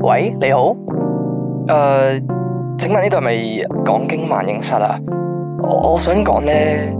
喂，你好，誒、呃請問呢度係咪港經萬應室啊？我我想講咧，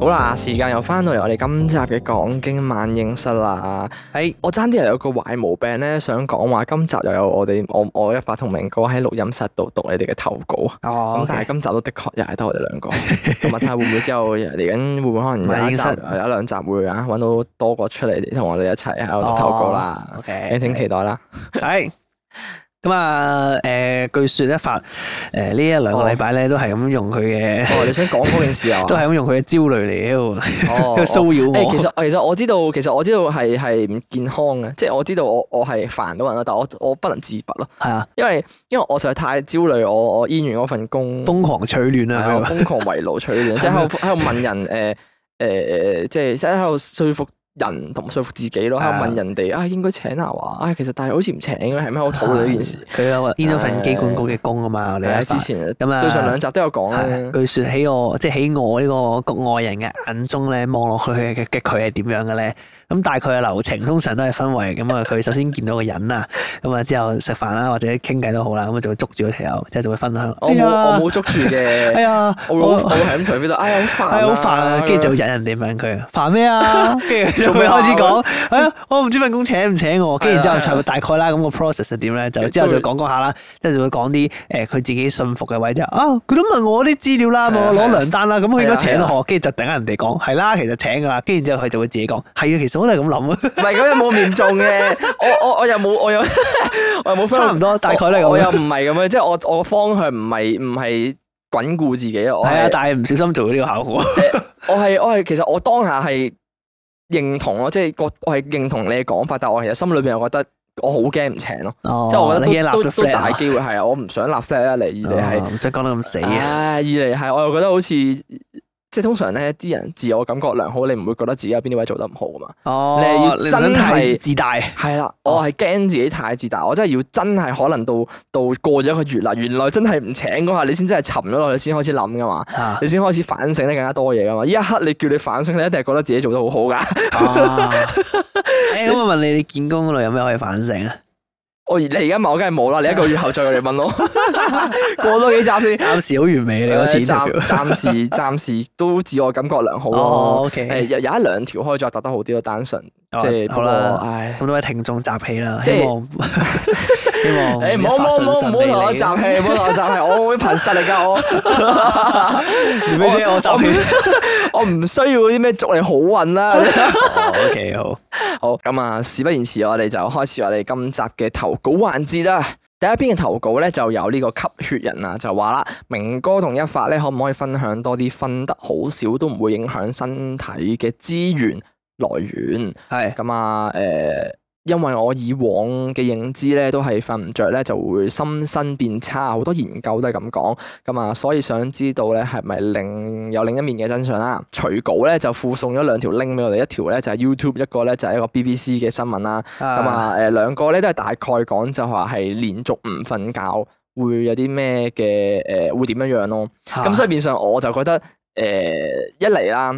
好啦，時間又翻到嚟我哋今集嘅港經萬應室啦。係我爭啲又有個壞毛病咧，想講話今集又有我哋我我一發同明哥喺錄音室度讀你哋嘅投稿。咁、哦但係今集都的確又係得我哋 兩個，同埋睇下會唔會之後嚟緊會唔會可能有一集萬應室有一兩集會啊揾到多個出嚟同我哋一齊喺度讀投稿啦。哦，OK，敬請期待啦。係咁啊，誒，據說咧發誒呢一兩個禮拜咧都係咁用佢嘅，哦，你想講嗰件事 啊？都係咁用佢嘅焦慮嚟喺度哦喺度騷擾誒，其我。實其實我知道，其實我知道係係唔健康嘅，即係我知道我我係煩到人啦，但我我不能自拔咯， 係啊，因為因為我實在太焦慮，我我醫院嗰份工，瘋狂取暖係啊！啊佢我話瘋狂圍爐取 暖，即係喺度喺度問人誒誒誒，即係即係喺度說服人同說服自己咯，喺度問人哋啊應該請啊話，啊其實但係好似唔請嘅，係咩？我討論呢件事，佢 有話兼咗份機管局嘅工啊嘛，我哋係一之發前咁啊對上兩集都有講啊係啦，啊據說喺我即係喺我呢個局外人嘅眼中咧，望落去嘅嘅佢係點樣嘅咧？咁大概嘅流程通常都係分為咁啊，佢首先見到個人啊，咁啊之後食飯啦，或者傾偈都好啦，咁啊就會捉住嗰條友，之後就會分享。我冇我冇捉住啊 哎嘅，呀，我會我會係咁隨便就哎呀好 煩，哎呀，好煩啊！跟住就引人哋問佢煩咩 啊？跟 住就做會咩啊開始講，哎呀，我唔知份工請唔請我。跟住之後啊就大概啦，咁個 process 係點咧？就之後就講講下啦，之後就會講啲誒佢自己信服嘅位就啊，佢都問我啲資料啦，問啊我攞糧單啦，咁佢應該請到我，跟住就等人哋講係啦，其實請㗎啦，跟住之後佢就會自己講係啊，其實我都係咁諗啊，唔係咁又冇面中嘅，我我我又冇我又 我又冇分差唔多大概都係啊我我咁又樣。唔係咁樣，即係我我方向唔係唔係穩固自己，我係啊，係但係唔小心做咗呢個效果，我係我係其實我當下係認同咯，即係個我係認同你嘅講法，但我其實心裏邊又覺得我好驚唔請咯，即係我哦你已覺經得立都咗都都 flag 大啊機會係啊，我唔想立 flag 啊，嚟二嚟係。哦唔想講得咁死啊，唉，二嚟係我又覺得好似即係通常咧，啲人自我感覺良好，你唔會覺得自己有邊啲位做得唔好噶嘛。哦，你你要真真係係自大。係啦，我係驚自己太自大，我真係要真係可能到到過咗一個月啦，原來真係唔請嗰下，你先真係沉咗落去，先開始諗噶嘛，啊你先開始反省得更加多嘢噶嘛。呢一刻你叫你反省，你一定係覺得自己做得好好噶。啊！ 誒咁我問你，你見工嗰度有咩可以反省啊？我而你而家問我梗係冇啦，你一個月後再過嚟問我，過多幾集先。暫時好完美，你嗰次誒暫 interview 暫時暫時都自我感覺良好啊哦咯。 ，OK 誒有有一兩條可以再答得好啲咯，單純哦即係好不過啦唉。咁多位聽眾集氣啦，即係希 望希望誒唔一好唔發好唔順順好唔好同我利集利。氣，唔好同我集氣，我會憑實力㗎我。做咩啫？我集氣。我唔需要啲咩祝你好運 啦。O K 哦好，好，咁啊，事不宜遲，我哋就開始我哋今集嘅投稿環節啦。第一篇嘅投稿咧就有呢個吸血人啊，就話啦，明哥同一發咧，可唔可以分享多啲瞓得好少都唔會影響身體嘅資源來源？係咁啊，誒、因為我以往嘅認知咧，都係瞓唔着咧就會心身變差，好多研究都係咁講。咁啊，所以想知道咧係咪另有另一面嘅真相啦？隨稿咧就附送咗兩條 link 俾我哋，一條咧就係 YouTube，一個咧就係一個 BBC 嘅新聞啦。咁啊，啊，誒兩個咧都係大概講就話係連續唔瞓覺會有啲咩嘅呃誒會點樣樣咯。啊咁所以變相我就覺得誒、一嚟啦。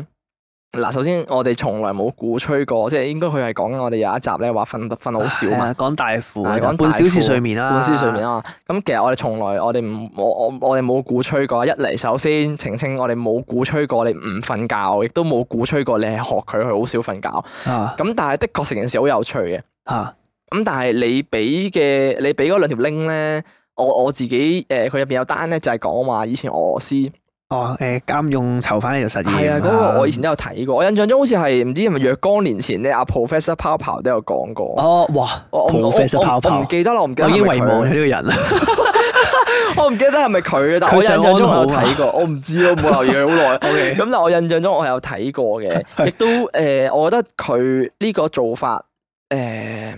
嗱，首先我哋從來冇鼓吹過，即係應該佢係講緊我哋有一集咧話瞓得瞓好少嘛，嘛，啊講大富，係半講大小時富睡眠啦，半小睡眠啊嘛。咁其實我哋從來我哋唔我我我哋冇鼓吹過，一嚟首先澄清我哋冇鼓吹過你唔瞓覺，亦都冇鼓吹過你係學佢去好少瞓覺。啊咁但係的確成件事好有趣嘅。啊咁但係你俾嘅你俾嗰兩條 link 咧，我我自己誒佢入邊有單咧就係講話以前俄羅斯。哦誒，監用囚犯呢條實驗係啊，嗰、個我以前都有睇過，我印象中好似係唔知係咪若干年前咧，阿 Professor Pow Pow 都有講過。哦哇我我我我，Professor 泡我泡唔，記得啦，我唔記得我已係經咪遺佢。啊忘咗呢個人啦。我唔記得係咪佢嘅，但係我印象中我有睇過，我唔知，我冇留意佢好 耐。 O K 咁 但係我印象中我有睇過嘅，亦都誒、呃我覺得佢呢個做法诶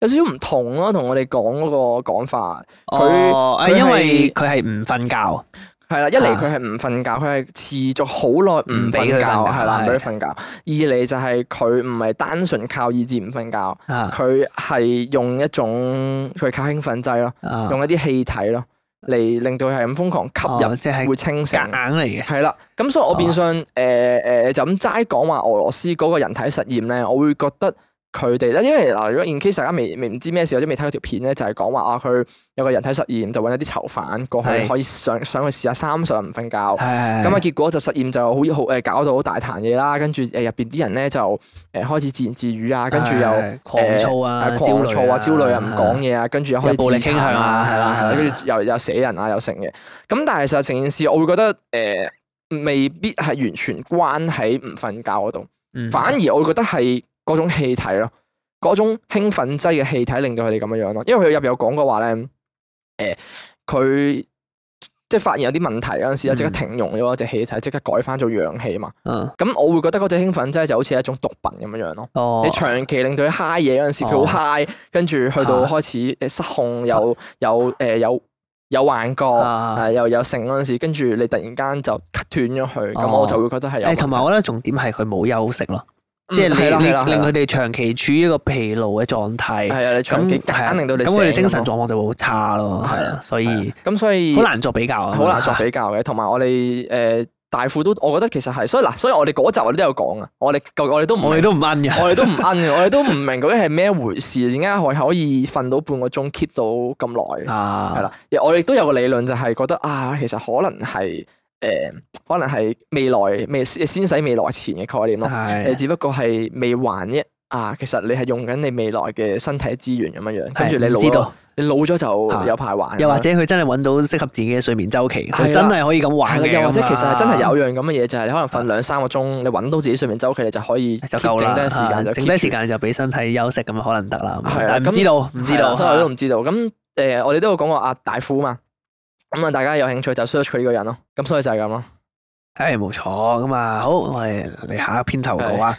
有少少唔同咯，同我哋講嗰個講法佢哦，誒佢因係為佢係唔瞓覺，係啦。一嚟啊佢係唔瞓覺，佢係持續好耐唔唔俾瞓佢覺，瞓覺係啦，唔俾佢係瞓覺。二嚟就係佢唔係單純靠意志唔瞓覺，啊佢係用一種佢靠興奮劑咯，啊，用一啲氣體咯，嚟令到佢係咁瘋狂吸入哦，即係會清醒夾。硬嚟嘅。系啦，咁所以我變相啊誒誒就咁齋講話俄羅斯嗰個人體實驗咧，我會覺得佢哋咧，因為嗱，如果 in case 大家未未唔知咩事或者未睇嗰條片咧，就係講話啊，佢有個人體實驗就揾一啲囚犯過去係可以上上去試下三十日唔瞓覺。係咁啊，結果就實驗就好好誒，搞到好大壇嘢啦。跟住誒入邊啲人咧就誒開始自言自語啊，跟住又係狂躁啊誒，焦狂躁慮啊、焦慮啊、唔講嘢啊，跟住又開有始暴力自傾殘向啊係係啦係啦，啦跟住又又死人啊，又成嘅。咁但係其實成件事，我會覺得誒、未必係完全關喺唔瞓覺嗰度，嗯反而我會覺得係嗰種氣體咯，嗰種興奮劑嘅氣體令到佢哋咁樣樣咯。因為佢入邊有講過話咧，誒、佢。即係發現有啲問題嗰陣時咧，即刻嗯停用咗隻氣體，即刻改翻做氧氣嘛。嗯咁我會覺得嗰隻興奮劑就好似一種毒品咁樣樣咯。哦你長期令到佢 high 嘢嗰陣時，佢哦好 high，跟住去到啊開始誒失控，又又誒有有幻覺，啊誒又有性嗰陣時，跟住你突然間就 cut 斷咗佢，咁哦我就會覺得係有問誒，題。同埋我覺得重點係佢冇休息咯，嗯即係係啦你你係啦係令啦佢哋長期處於一個疲勞嘅狀態，係啊，你長期咁係啊夾硬令到你咁佢哋精神醒咁咯狀況就會好差咯，係啦，所以咁所以好難作比較啊，好難作比較嘅，同埋我哋誒大富都，我覺得其實係，所以嗱，所以我哋嗰集我哋都有講啊，我哋我哋都唔 我哋明都唔啱嘅，我哋都唔奀嘅，我哋都唔明究竟係咩回事，點解佢可以瞓到半個鐘 keep 到咁耐？啊， 係啦，亦我亦都有個理論就係覺得啊，其實可能係誒、可能係未來未先使未來錢嘅概念咯。誒，係，只不過係未還啫。啊，其實你係用緊你未來嘅身體資源咁樣樣，跟住你係唔老知咗，道，你老咗就啊有排還。又或者佢真係揾到適合自己嘅睡眠周期，係佢啦真係可以咁玩係啦嘅，又或者咁啊啊其實係真係有樣咁嘅嘢，就係你可能瞓兩三個鐘，你揾到自己睡眠周期，你就可以就夠 keep 啦剩，低時啊間就剩 keep 低住時間就俾身體休息咁可能得啦，係啦啊但係唔咁知道，唔知係啦道，啊所以我都唔知道。咁誒，我哋都有講過阿大夫嘛，咁啊，大家有興趣就 search 佢呢個人咯。咁所以就係咁咯。唉，冇錯咁啊！好，我哋嚟下一篇投稿啊！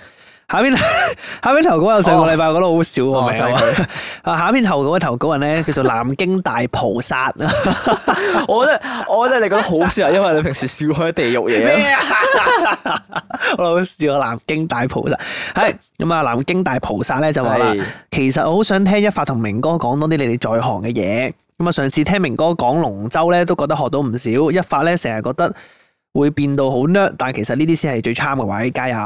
下篇 下篇投稿有上個禮拜我覺得好少哦喎，就名 啊！係佢啊下一篇投稿嘅投稿人咧叫做南京大菩薩啊我覺得我覺得你覺得好笑，係因為你平時笑開地獄嘢咩啊？我 好笑啊！南京大菩薩係咁啊！南京大菩薩咧就話啦，係其實我好想聽一發同明哥講多啲你哋在行嘅嘢。咁啊，上次聽明哥講龍舟咧，都覺得學到唔少。一發咧成日覺得會變到好叻，但其實呢啲先係最參嘅位。加油！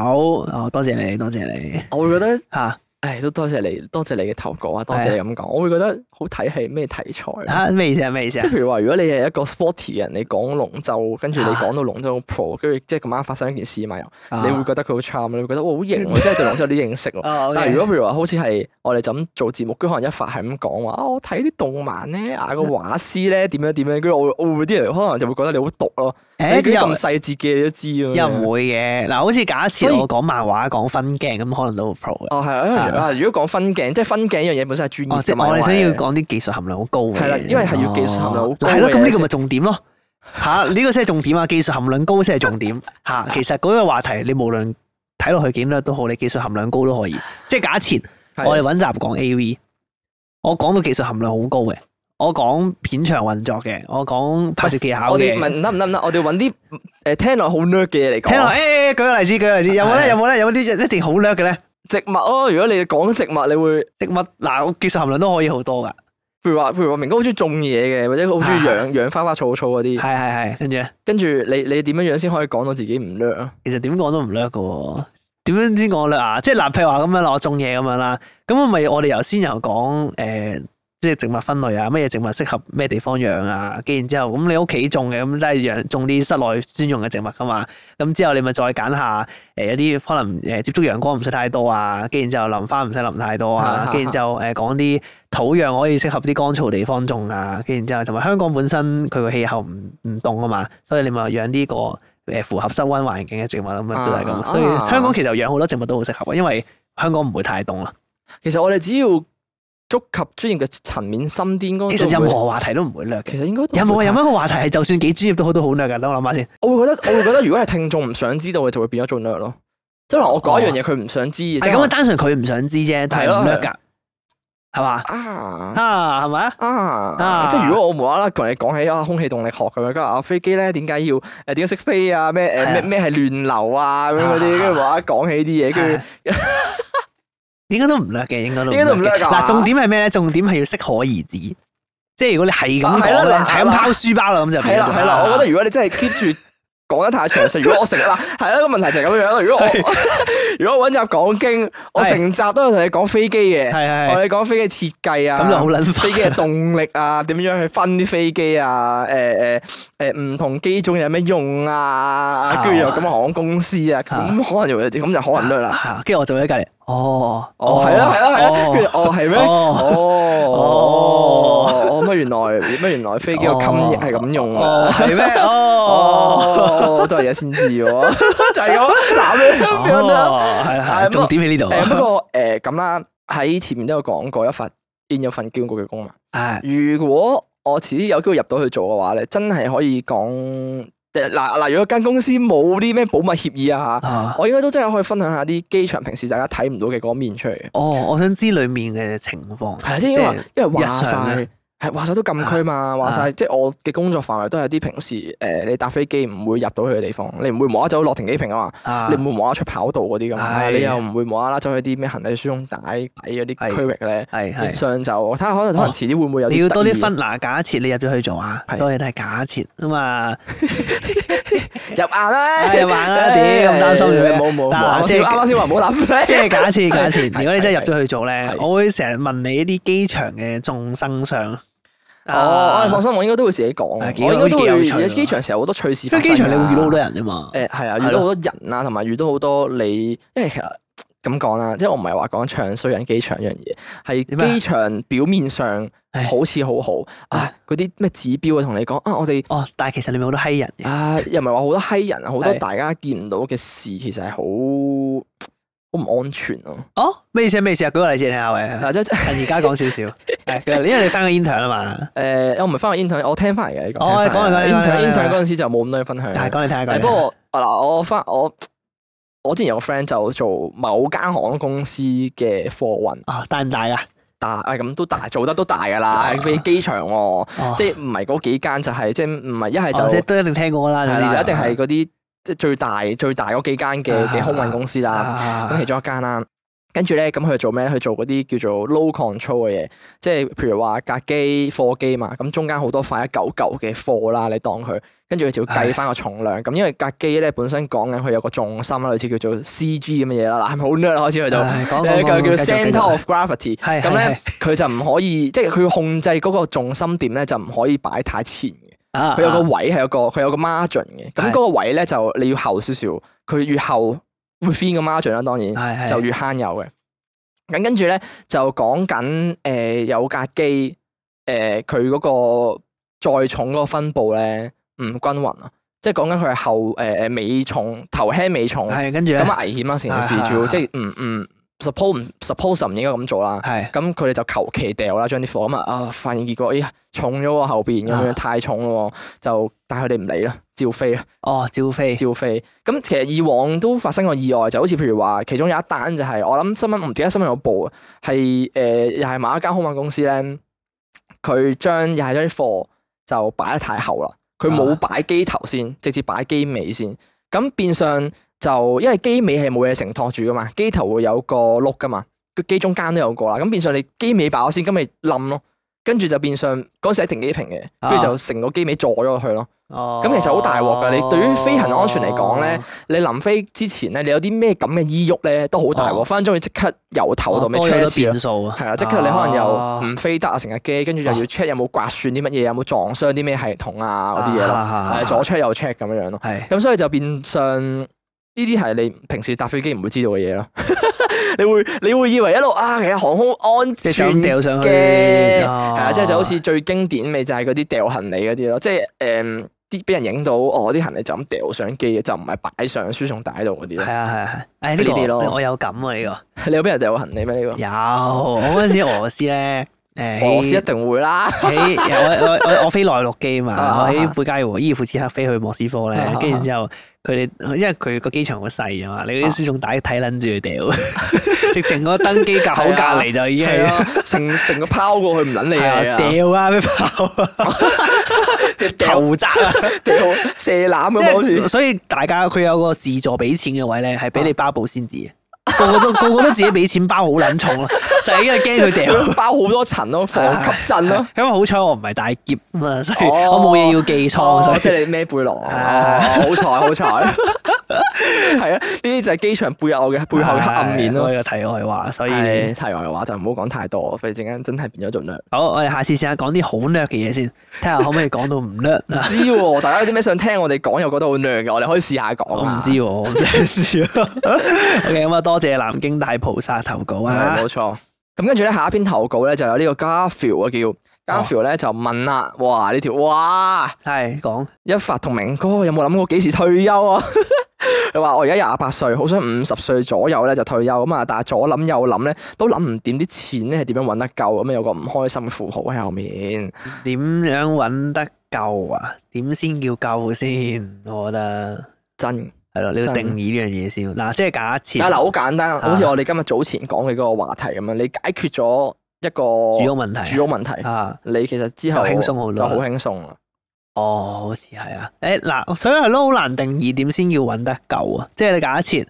哦，多謝你，多謝你我會覺得，嚇。唉，都多謝你，多謝你嘅投稿啊，多謝你咁講。我會覺得好睇係咩題材。吓咩意思啊？咩意思即啊係？譬如話，如果你係一個 sporty 人，你講龍舟，跟住你講到龍舟好 pro，跟住即係咁啱發生一件事嘛，又 你會覺得佢好 charm，你會覺得哇好型喎，即係對龍舟有啲認識 喎。啊，哦但係如果果譬如話，好似係我哋就咁做節目，跟住可能一發係咁講話啊，我睇啲動漫咧，啊個畫師咧點樣點樣，跟住我會我會啲人可能就會覺得你好毒咯，你誒啲咁又細節嘅你都知啊咁樣又唔會嘅嗱，好似假所以設我講漫畫講分鏡咁，可能都 pro 嘅。哦，係啊因為啊！如果講分鏡，即係分鏡呢樣嘢本身係專哦，業即㗎係嘛。我哋想要因為講啲技術含量好高嘅嘢。係啦因為係要技術含量好高哦係咯，咁呢個嘅嘢咪重點咯。吓，呢個先係重點啊！技術含量高先係重點 吓。其實嗰個話題，你無論睇落去幾叻都好，你技術含量高都可以。即係假設係我哋揾集講 A.V.，我講到技術含量好高嘅，我講片場運作嘅，我講拍攝技巧我哋嘅唔。係唔得唔得唔得，我哋揾啲誒聽落好 nerd 嘅嘢嚟聽落，誒、講。誒舉個例子，舉個例子，有冇係咧？有冇咧？有冇啲一定好叻嘅咧？植物咯，如果你講植物，你會植物嗱，技術含量都可以好多噶。譬如話譬如話明哥好中意種嘢嘅，或者好中意養養花花草草嗰係啲，係係，跟住咧，跟住你你點樣樣先可以講到自己唔叻啊？其實點講都唔叻嘅喎。點樣先講叻啊？即係嗱，譬如話咁樣啦，我種嘢咁樣啦，咁我咪我哋由先由講誒、呃即係植物分類啊，乜嘢植物適合咩地方養啊？跟然之後，咁你屋企種嘅，咁都係養種啲室內專用嘅植物噶嘛。咁之後你咪再揀下呃誒有啲可能誒接觸陽光唔使太多啊，跟然之後淋花唔使淋太多啊，跟然之後誒講啲土壤可以適合啲乾燥地方種啊，跟然之後同埋香港本身佢個氣候唔唔凍啊嘛，所以你咪養啲個誒符合室温環境嘅植物咁樣都係咁。啊所以香港其實養好多植物都好適合啊，因為香港唔會太凍啦。啊其實我哋只要觸及專業嘅層面深啲，應該其實都會任何話題都唔會略嘅。其實應該都有唔冇會有太乜個話題係就啊算幾專業都好都好略㗎？等我諗下先。我會覺得我會覺得，如果係聽眾唔想知道嘅，就會變咗做 nerd 咯。即係可能我講一樣嘢，佢唔想知嘅。係咁啊，單純佢唔想知啫，但係唔叻㗎，係嘛？啊啊，係咪啊？啊啊！即係如果我無啦啦同你講起啊空氣動力學咁樣，跟住話啊飛機咧點解要誒點解識飛啊咩係啊誒咩咩係亂流啊咁樣嗰啲，啊跟住話講起啲嘢，跟住 應該都唔叻嘅，應該都應該都唔叻嘅㗎嗱，重點係咩咧？重點係要適可而止。即係如果你係咁啊係啦講咧，嗱係咁嗱拋書包啦，咁就係變啦咗係啦，我覺得啊如果你真係 keep 住。講得太詳細，如果我成日嗱係啦，個問題就係咁樣啦。如果我 如果我揾集講經，我係成集都係同你講飛機嘅，係係我哋講飛機設計啊，咁就好撚飛機煩。嘅動力 啊，點樣去分啲飛機啊？誒誒誒，唔同機種有咩用啊？跟住又咁嘅航空公司啊，咁啊可能就會咁就可能略啦。啊跟住我就會喺隔離，哦，哦，係啦，係啦，係啦，哦跟住哦，係咩？哦哦，哦，乜原來乜原來飛機個襟翼係咁用哦，啊？ 係咩？哦，哦，都係嘢先知 喎，就係咁啦，嗱咩咁樣啦。哦，係啦，係啊啦重點喺呢度。誒不過誒咁啦，喺前面都有講過一份 in 咗份捐局嘅公民。係如果我遲啲有機會入到去做嘅話咧，真係可以講誒嗱嗱，如果間公司冇啲咩保密協議啊，啊，我應該都真係可以分享下啲機場平時大家睇唔到嘅嗰面出嚟嘅。哦，我想知裡面嘅情況。係啊，即係因為因為話日常晒嘅係話晒都禁區嘛，話晒即係我嘅工作範圍都係啲平時誒、你搭飛機唔會入到去嘅地方，你唔會無啦啦走落停機坪啊嘛，啊你唔會無啦啦出跑道嗰啲噶嘛，係你又唔會無啦啦走去啲咩行李輸送帶底嗰啲係區域咧。係係。上就我睇下可能可能哦遲啲會唔會有你要多得意啲嘅分嗱，假設你入咗去做啊係，多嘢都係假設啊嘛，入硬啦，哎呀玩啦屌咁擔心做咩冇冇嗱冇，我即係先啱啱先話唔好 諗即係假 設假設，係如果你真係入咗去做咧係，我會成日問你一啲機場嘅眾生相。哦，啊我放心，我應該都會自己講，係幾我應該都會好似幾有趣喺喎機場時候好多趣事因發為生㗎。機場你會遇到好多人噶嘛。誒係啊，係遇咯到好多人啊，同埋遇到好多你，因為其實咁講啦，即係我唔係話講唱衰人機場一樣嘢，點啊係機場表面上唉好似好好啊，嗰啲咩指標啊，同你講啊，我哋。哦，但係其實裏面好多閪人嘅。啊，又唔係話好多閪人啊，好多係大家見唔到嘅事，其實係好好唔安全咯。哦，咩意思啊？咩意思啊？舉個例子嚟聽下喂。嗱，即係啊趁而家講少少， 係舉個例因為你翻過 intern 啊嘛，誒，呃哦我唔係翻去 intern，我聽翻嚟嘅呢個。哦聽翻嚟嘅講嚟講嚟講嚟 intern 講 intern 嚟嗰陣時就冇咁多嘢分享。但係講你聽下誒講。不過啊嗱，我翻我我之前有個 friend 就做某間航空公司嘅貨運哦，大唔大噶？大，誒咁都大，做得都大㗎啦啊，飛機場喎，哦，啊即係唔係嗰幾間就係即係唔係一係哦即係就都一定聽過啦，係總之啦，就一定係嗰啲即係最大最大嗰幾間嘅嘅空運公司啦。啊咁其中一間啦。跟住咧，咁佢做咩咧？佢做嗰啲叫做 low control 嘅嘢，即係譬如話架機、貨機嘛，咁中間好多塊一嚿嚿嘅貨啦，你當佢，跟住佢就要計翻個重量。咁因為架機咧本身講緊佢有個重心啦，類似叫做 CG 咁嘅嘢啦，嗱係咪好 nerd 啊開始去到？唉講講誒叫講叫繼續 centre of gravity，係咁係咧佢就唔可以，即係佢要控制嗰個重心點咧就唔可以擺太前嘅。啊佢有個位係有個佢有個 margin 嘅，咁嗰係個位咧就你要後少少，佢越後會 thin 個 margin 啦，當然係係就越慳油嘅。咁跟住咧就講緊誒有架機誒佢嗰個載重嗰個分布咧唔均勻啊，即係講緊佢係後誒誒、尾重頭輕尾重，係跟住咧咁啊危險啦成件事係係主要係即係唔唔 suppose 唔 suppose 唔應該咁做啦。係咁佢哋就求其掉啦，將啲貨咁啊啊，發現結果，哎呀，重咗喎後邊咁樣，啊太重咯喎，就但係佢哋唔理啦，照飛啦，哦，照飛照飛。咁其實以往都發生過意外，就好似譬如話，其中有一單就係、我諗新聞唔記得新聞有報啊，係誒、呃又係某一間空運公司咧，佢將又係將啲貨就擺得太後啦，佢冇啊擺機頭先，直接擺機尾先，咁變相就因為機尾係冇嘢承托住噶嘛，機頭會有個碌噶嘛。個機中間都有個啦，咁變相你機尾爆咗先，咁咪冧咯，跟住就變相嗰陣時係停機坪嘅，啊跟住就成個機尾坐咗落去咯。哦，咁其實好大鑊㗎你對於飛行安全嚟講咧你臨飛之前咧，你有啲咩咁嘅衣喐咧，都好大鑊，哦分分鐘要即刻由頭到哦，尾多咗 check 好一多次咯變數啊，係啊，即刻你可能啊又唔飛得啊，成架機，跟住又要 check 有冇刮損啲乜嘢，有冇撞傷啲咩系統啊嗰啲嘢咯，咯係左 check 右 check 咁樣樣咯。係咁所以就變相呢啲係你平時搭飛機唔會知道嘅嘢咯。 你會你會以為一路啊，其實航空安即全係就咁掉上去，哦嘅，係係啊，即係就好似最經典咪就係嗰啲掉行李嗰啲咯，即係誒啲俾人影到哦啲行李就咁掉上機嘅，就唔係擺上輸送帶度嗰啲係咯。啊係啊係，誒呢啲呢咯個我有感啊呢個。 你有俾人掉過行李咩？呢個有，我嗰陣時俄羅斯咧，誒俄羅斯一喺定會啦，喺我我我我飛內陸機嘛，啊我喺貝加爾和伊爾庫茨克飛去莫斯科咧啊，跟住之後佢哋因為佢個機場好細啊嘛，你嗰啲輸送帶睇撚住佢 掉， 直情個登機格口隔離就已經係係啊，成成個拋過去唔撚你係啊啊，掉啊咩炮 啊即係掉投擲 啊！掉射籃咁啊好因為似。啊所以大家佢有個自助俾錢嘅位咧，係俾你包保鮮紙嘅，啊個個都個個都自己俾錢包好撚重 咯，就係因為驚佢掉。包好多 層咯，防吸震咯。因為好彩我唔係大劫啊嘛，所以哦我冇嘢要寄倉，所哦以即係你孭 背囊，哦啊好彩好彩， 係啊，呢啲就係機場背後嘅背後嘅黑暗面我咯。有題外話，所以係題外話就唔好講太多，費事陣間真係變咗做虐。好，我哋下次試下講啲好叻嘅嘢先，睇下可唔可以講到唔叻啊？ 知喎，大家有啲咩想聽我哋講又覺得好虐嘅，我哋可以試下講我啊唔知，喎，我唔知試啊。OK，咁啊， 多謝南京大菩薩投稿係啊！冇錯。咁跟住咧，下一篇投稿咧就有呢個 Garfield 哦啊，叫 Garfield 咧就問啦，哇呢條哇！係講一發同明哥有冇諗過幾時退休啊？ 佢話我而家廿八歲，好想五十歲左右咧就退休咁啊！但係左諗右諗咧，都諗唔掂啲錢咧係點樣揾得夠咁啊！有個唔開心嘅符號喺後面。點樣揾得夠啊？點先叫夠先？我覺得真，係咯，你要真定義呢樣嘢先。嗱，即係假但係嗱設好簡單，啊好似我哋今日早前講嘅嗰個話題咁樣，你解決咗一住個屋問題住屋問題，啊，你其實之後就輕鬆好多就好輕鬆啦。哦，好似係啊。誒嗱，所以係咯，好難定義點先叫揾得夠啊。即係你假設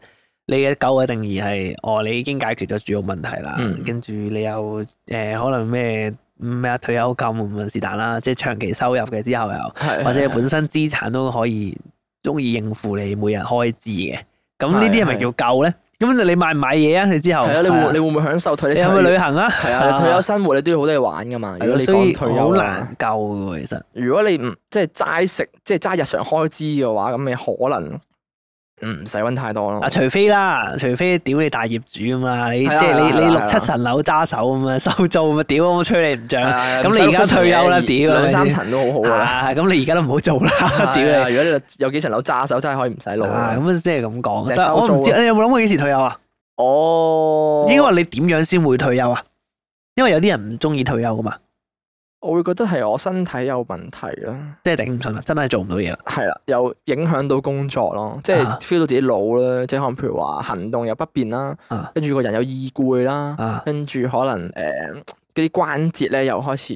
你嘅夠嘅定義係，哦，你已經解決咗主要問題啦，嗯跟住你又誒、可能咩咩啊退休金咁樣是但啦，即係長期收入嘅之後又，係或者你係本身資產都可以足以應付你每日開支嘅。咁呢啲係咪係係叫夠咧？咁你買唔買嘢啊？你之後係啊，你係會你會唔會享受退你休？有冇旅行啊？係啊，你退休生活你都要好多嘢玩噶嘛。係如果咯，你所講以退休啊好嘅話難夠嘅喎其實。如果你唔即係齋食，即係齋日常開支嘅話，咁你可能唔使揾太多咯。啊，除非啦，除非屌你大業主啊嘛，你即係啊係你係啊你係六啊七層樓揸手咁啊，收租咁啊，屌我吹你唔漲係啊，啊咁你而家退休啦屌兩係三咪層都好好啦。啊咁你而家都唔好做啦， 屌 係啊你！如果你有幾層樓揸手，真係可以唔使啊，攞。咁即係咁講，即係但係收我唔租啊知你有冇諗過幾時退休啊？哦，應該話你點樣先會退休啊？因為有啲人唔中意退休噶嘛，我會覺得係我身體有問題啦，即係頂唔順啦，真係做唔到嘢啦。係啦，又影響到工作咯，即係啊 feel 到自己老啦，即係可能譬如話行動又不便啦啊，跟住個人有易攰啦，啊跟住可能誒嗰啲關節咧又開始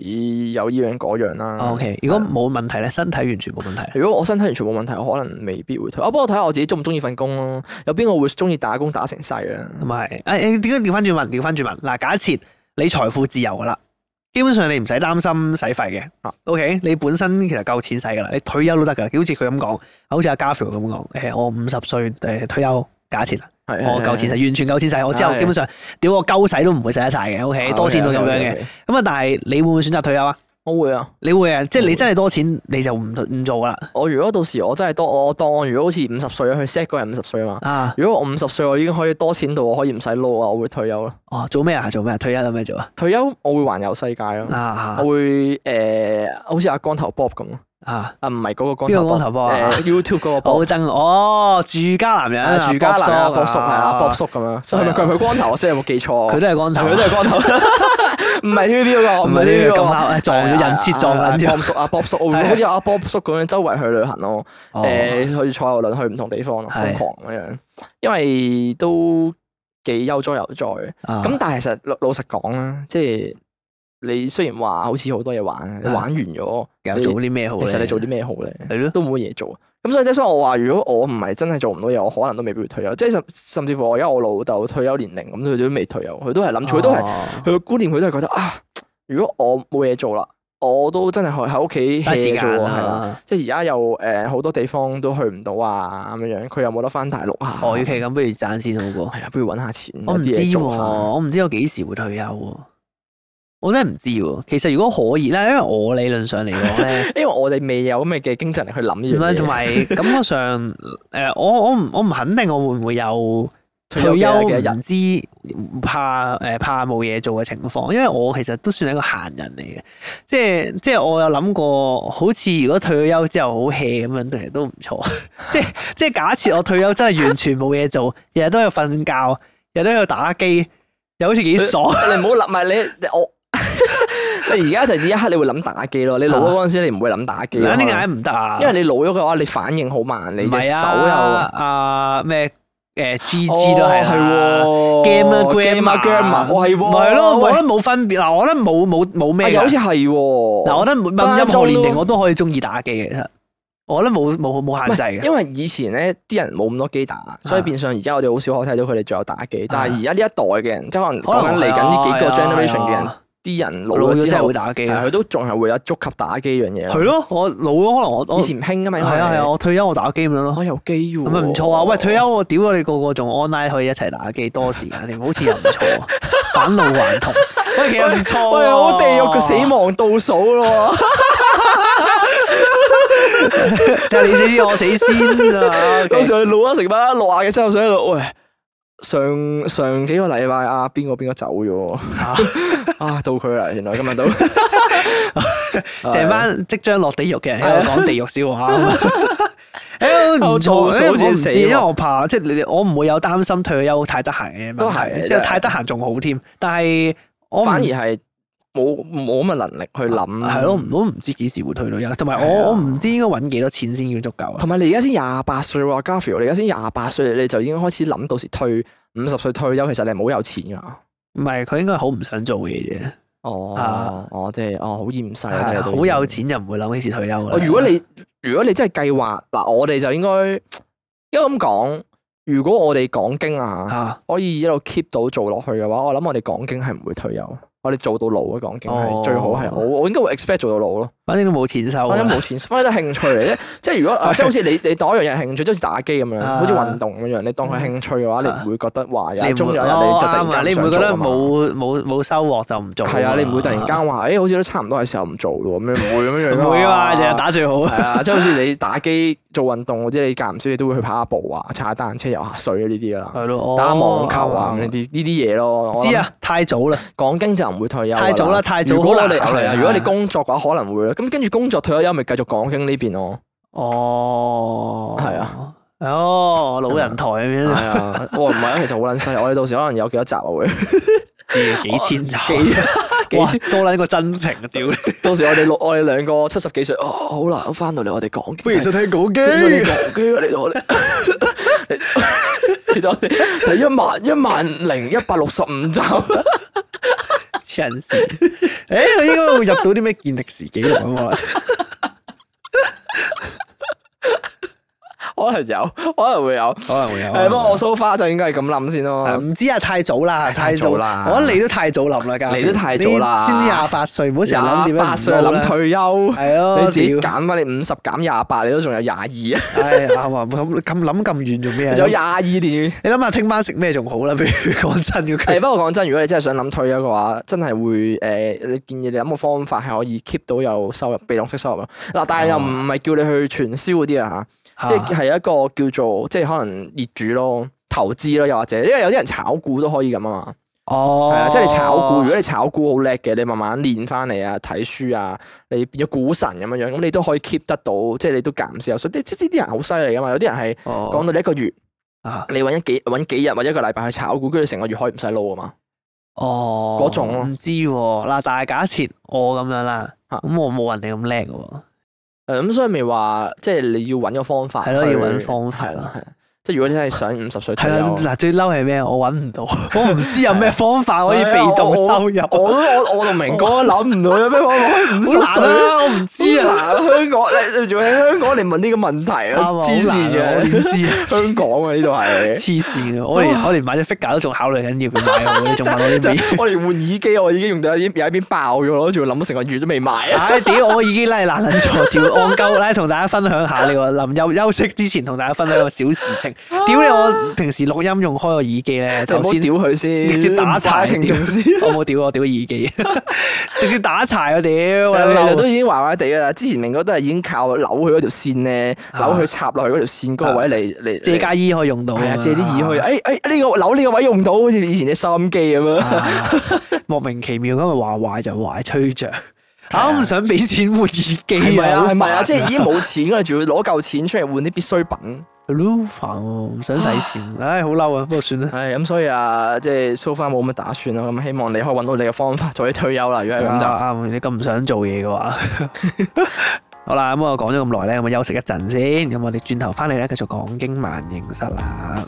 有依樣嗰樣啦。哦，OK，如啊果冇問題咧，身體完全冇問題。如果我身體完全冇問題，我可能未必會退。啊，不過睇下我自己中唔中意份工咯。有邊個會中意打工打成世啊？同埋誒誒，點解調翻轉問？調翻轉問嗱，假設你財富自由噶啦，基本上你唔使擔心使費嘅啊。 O、k 你本身其實夠錢使噶啦，你退休都得噶啦。好似佢咁講，好似阿 Garfield 咁講，誒、我五十歲誒退休，假設啦，係我夠錢使，完全夠錢使，我之後係啊基本上屌我鳩使都唔會使得晒嘅。O、k 多錢到咁樣嘅，。係咁啊，但係你會唔會選擇退休啊？我會啊！你會啊，即係你真係多錢你就唔唔做噶啦我如果到時我真係多，我當我如果好似五十歲去 set 個人五十歲啊嘛。啊！如果我五十歲，我已經可以多錢到我可以唔使撈啊，我會退休咯。哦，做咩啊？做咩啊？退休有咩做啊？退休我會環遊世界咯。啊啊我會誒，好似阿光頭 Bob 咁咯啊！啊，唔係嗰個光邊個頭 Bob，光頭 Bob 啊誒 YouTube 嗰個好 Bob。憎哦，住家男人啊啊住家男啊， Bob 博叔係啊，博叔咁樣，所以係咪佢係咪光頭？我啊先有冇記錯？佢都係光頭，啊佢都係光頭，唔係 TVB 嗰個，唔唔係呢係 TVB 個咁嗰個。啱，哎誒撞咗人設撞緊波添。叔啊，波 叔，我會好似阿波叔咁樣周圍去旅行咯，哦誒去坐遊輪去唔同地方咯，係瘋狂咁樣，因為都幾悠哉悠哉。啊咁但係其實老老實講啦，即係你雖然話好似好多嘢玩，你啊玩完咗，又做啲咩好其咧？實你做啲咩好咧？係咯，都冇乜嘢做。咁所以即係所以我話，如果我唔係真係做唔到嘢，我可能都未必會退休。即係甚甚至乎我而家我老豆退休年齡咁，佢都未退休，佢都係諗住，佢都係哦佢嘅觀念，佢都係覺得啊，如果我冇嘢做啦，我都真係喺喺屋企嘥時 hea 間做啊，係啦。啊！即係而家又誒好、多地方都去唔到啊咁樣樣，佢又冇得翻大陸啊。哦，與其咁，不如賺先好過。係啊，不如揾下錢，我唔知有啲嘢喎，做下。我唔知我幾時會退休喎。我真係唔知喎。其實如果可以咧，因為我理論上嚟講咧。因為我哋未有咁嘅嘅經濟力去諗呢唔樣係，嘢。同埋感覺上，誒、我我唔我唔肯定我會唔會有退退休休嘅一日唔知怕誒、怕冇嘢做嘅情況，因為我其實都算係一個閒人嚟嘅，即係即係我有諗過，好似如果退咗休之後好 hea 咁樣，其實都唔錯。 即係即係假設我退休真係完全冇嘢做，日日都喺度瞓覺，日日都喺度打機，又好似幾爽。 你唔好諗，唔係你你我。你而家就呢一刻你會諗打機啊咯，你老咗嗰陣時你唔會諗 打機咯。嗱，點可解唔得啊？能因為你老咗嘅話，你反應好慢，你唔隻係手啊又啊咩誒 G G 都係啊啦。哦係 game 啊喎 game 啊 game 啊唔係喎，係咯，我喂覺得冇分別嗱，我覺得冇冇冇咩啊又㗎好似係喎。嗱，我覺得分問分任何鐘年齡都我都可以中意打機嘅，其實我覺得冇冇冇限制嘅。因為以前咧啲人冇咁多機打，所以變相而家我哋好少可以睇到佢哋仲有打機。啊但係而家呢一代嘅人，即係可能講緊嚟緊呢幾個 generation 嘅人，啲人老啊老咗咗之真係後會，打機啊係嘅。佢都仲係會有觸及打機呢樣嘢係。咯，我老咗可能我我以前興噶嘛，係啊係啊，，我退休我打機咁樣咯。我有機喎，咁咪唔錯啊！喂，退休我屌我哋個個仲 online 可以一齊打機，多時間添，好似又唔 錯啊，返老還童。喂，其實唔錯喎喂，好地獄嘅死亡倒數咯，就係你死先，我死先啊！到 OK 時候你老咗成班六啊嘅之後想喺度喂。上上幾個禮拜啊，邊個邊個走咗啊 啊？到佢啦，原來今日到 啊 成班即將落地獄嘅人喺度講地獄笑話。誒唔錯，後倒數因為我先唔死知，喎因為我怕即係你我唔會有擔心退休太得閒嘅都問係啊題，因真為係太得閒仲好添。但係我唔啊反而係冇冇乜能力去諗，係咯，我都唔知幾時會退到休，同埋係啊我我唔知應該揾幾多錢先叫足夠啊。同埋你而家先廿八歲喎，Garfield，你而家先廿八歲，你就已經開始諗到時退五十歲退休，其實你係冇有錢㗎。唔係佢應該係好唔想做嘅嘢啫，哦啊，哦，即係哦，好厭世啊！係真係都已經好有。錢就唔會諗幾時退休啦。哦，如果你如果你真係計劃嗱，我哋就應該應該咁講。如果我哋講經啊，嚇可以一路 keep 到做落去嘅話，我諗我哋講經係唔會退休。我哋做到老嘅講經係哦最好係我我應該會 expect 做到老咯。反正都冇錢收反正啊，冇錢，反正都係興趣 嚟啫。即係如果啊即係好似你你當一樣嘢係興趣，即係好似打機咁樣，啊好似運動咁樣，你當佢興趣嘅話，你啊唔會覺得話有你一唔中會有一日哦你就突啱啊然間你唔會會覺得冇冇冇收穫就唔做嘛。係啊，你唔會突然間話，誒，好似都差唔多係時候唔做咯，咁樣唔會咁樣樣 㗎唔會啊嘛，日日打最好。 係啊，即係好似你打機、做運動嗰啲，你間唔少你都會去跑下步啊、踩下單車、游下水啊呢啲啦，係咯，打下網網球啊呢啲呢啲嘢咯。我諗知啊，太早啦，講經就唔會退休㗎啦。太早啦太早如果我好難哋考慮係啊，啊如果你工作嘅話，可能會啦。咁跟住工作退咗休，咪繼續講經呢邊咯。哦，係啊，哦，老人台咁係樣，啊，我唔係啊，其實好撚犀利。我哋到時可能有幾多集啊會 知啊幾千集，哦 幾哇，多撚個真情啊！屌你，到時我哋六我哋兩個七十幾歲，哦，好啦，翻到嚟我哋講經。聽講 我哋講 經啊，你同我哋。其實我哋係一萬一萬零一百六十五集，黐人線。誒，佢應該會入到啲咩健力士紀錄咁 啊？可能有， 可能會有。可能會有。誒，不過我 so far 就應該係咁諗先係咯。唔知啊，太早啦，太太早早啦我覺得你都太早諗啦，家你都太早啦你先廿八歲，唔好成日諗廿點樣八唔歲撈諗啦。退休，係咯，你自己屌減翻你五十減廿八，你都仲有廿二啊，唉，啱啊！咁咁諗咁遠做咩啊？ 仲有廿二年。你諗下聽晚食咩仲好啦？譬如 講真嗰句，誒，不過講真，如果你真係想諗退休嘅話，真係會誒，你建議你諗個方法係可以 keep 到有收入，被動式收入咯。嗱，但哦係又唔係叫你去傳銷嗰啲啊嚇，即係係一個叫做即係可能業主咯。投資咯，又或者，因為有啲人炒股都可以咁啊嘛，係哦，啊、即係你炒股，如果你炒股好叻嘅，你慢慢練翻嚟啊，睇書啊，你變咗股神咁樣樣，咁你都可以 keep 得到，即係你都減少有所以即係呢啲人好犀利噶嘛，有啲人係講哦到你一個月，啊你揾一幾揾幾日或者一個禮拜去炒股，跟住成個月可以唔使撈啊嘛。哦嗰種咯唔知喎嗱，但係假設我咁樣啦，嚇咁我冇人哋咁叻嘅喎，誒咁所以咪話，即係你要揾個方法去，係咯要揾方法係啦，係啦啊即係如果你真係啊想五十歲退係休，啦嗱，最嬲係咩？我揾唔到，啊我唔 知有咩方法可以被動收入，我好我 我同明哥都諗唔到有咩方法可以五十難歲。啊！我唔知啊，啊！香港你你仲喺香港嚟問呢個問題啱啊，啊？好黐線難啊，我嘅，點知啊？ 香港啊呢度係，黐線啊！我連我連買隻 figure 都仲考慮緊要唔要買喎，你仲問我呢即邊？係我連換耳機我已經用到有一邊有一邊爆咗咯，仲要諗成個月都未 買啊！唉，屌！我已經咧難撚咗，屌戇鳩咧，同大家分享下呢 個臨休休息之前同大家分享個小事情。屌你！我平時錄音用開個耳機咧，啊你頭唔好先屌佢先，直接打柴 唔怪聽眾先。 我冇屌我屌耳 機，直接打柴啊我屌！我 其實啊都嬲已經壞壞地噶啦，之前明哥都係已經靠扭佢嗰條線咧，扭啊佢插落去嗰條線嗰個位嚟嚟借家衣可以用到係啊，啊，借啲耳 去，哎哎呢個扭呢個位用唔到，好似以前啲收音機咁樣。啊莫名其妙咁啊話壞就壞，吹脹。啊啊，我唔想俾錢換耳機係咪啊？哎好係咪煩 啊？即係已經冇錢噶啦，仲要攞嚿錢出嚟換啲必需品，係咯，煩喎，唔想使錢，唉，好嬲啊！不過算啦，係咁，所以啊，即係 so far 冇乜打算咯。咁希望你可以揾到你嘅方法，早啲退休啦。如果係咁就啊啱，你咁唔想做嘢嘅話， 好啦，咁我講咗咁耐咧，咁我休息一陣先，咁我哋轉頭翻嚟咧，繼續講經萬應室啦。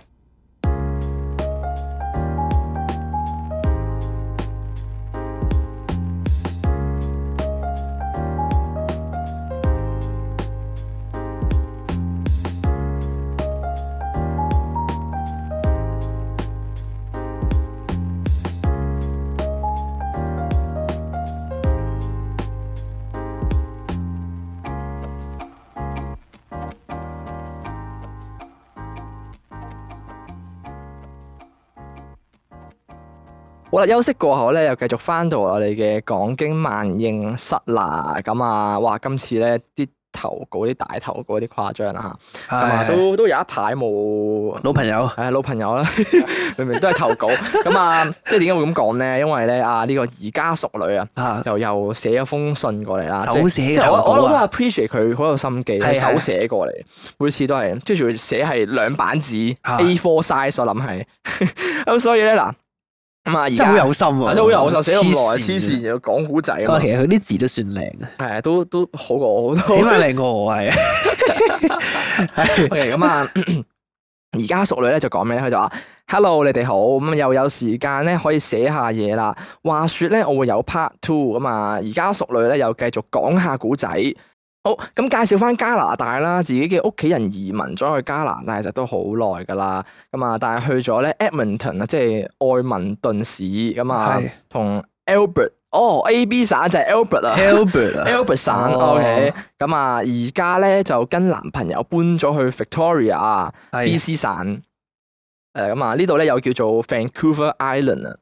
好啦，休息過後咧，又繼續翻到我哋嘅講經萬應室啦。咁啊，哇！今次咧啲投稿啲大投稿啲誇張啦嚇，咁啊唉都都有一排冇老朋友，係老朋友啦， 明明都係投稿。咁啊，即係點解會咁講咧？因為咧啊，呢、個而家淑女啊，啊，就又寫咗封信過嚟啦。啊即係手寫即嘅係投我我稿都啊， appreciate 佢好有心機，係佢係手寫過嚟，每次都係，跟住仲要寫係兩版紙啊 A4 size，我諗係。 咁所以咧嗱，咁啊而真係好家。有心喎，啊真係好有心，寫咁耐，黐線線又講古仔啊但嘛係，其實佢啲字都算靚嘅，係啊都都好過我 好多起。碼靚過我啊係。 OK，咁啊， 而家熟女咧就講咩咧？佢就話：Hello，你哋好，咁啊又有時間咧可以寫下嘢啦。話說咧，我會有 part two 咁啊。而家熟女咧又繼續講下古仔。好，咁介紹翻加拿大啦，自己嘅屋企人移民咗去加拿大，其實都好耐噶啦。咁啊，但係去咗咧 Edmonton 啊，即係愛民頓市咁啊，係同 Albert 哦 A B 省就係 Albert 啊。 Albert 啊 Albert 省 哦，OK，咁啊，而家咧就跟男朋友搬咗去 Victoria 啊係哎 BC 省，誒咁啊呢度咧又叫做 Vancouver Island 啊，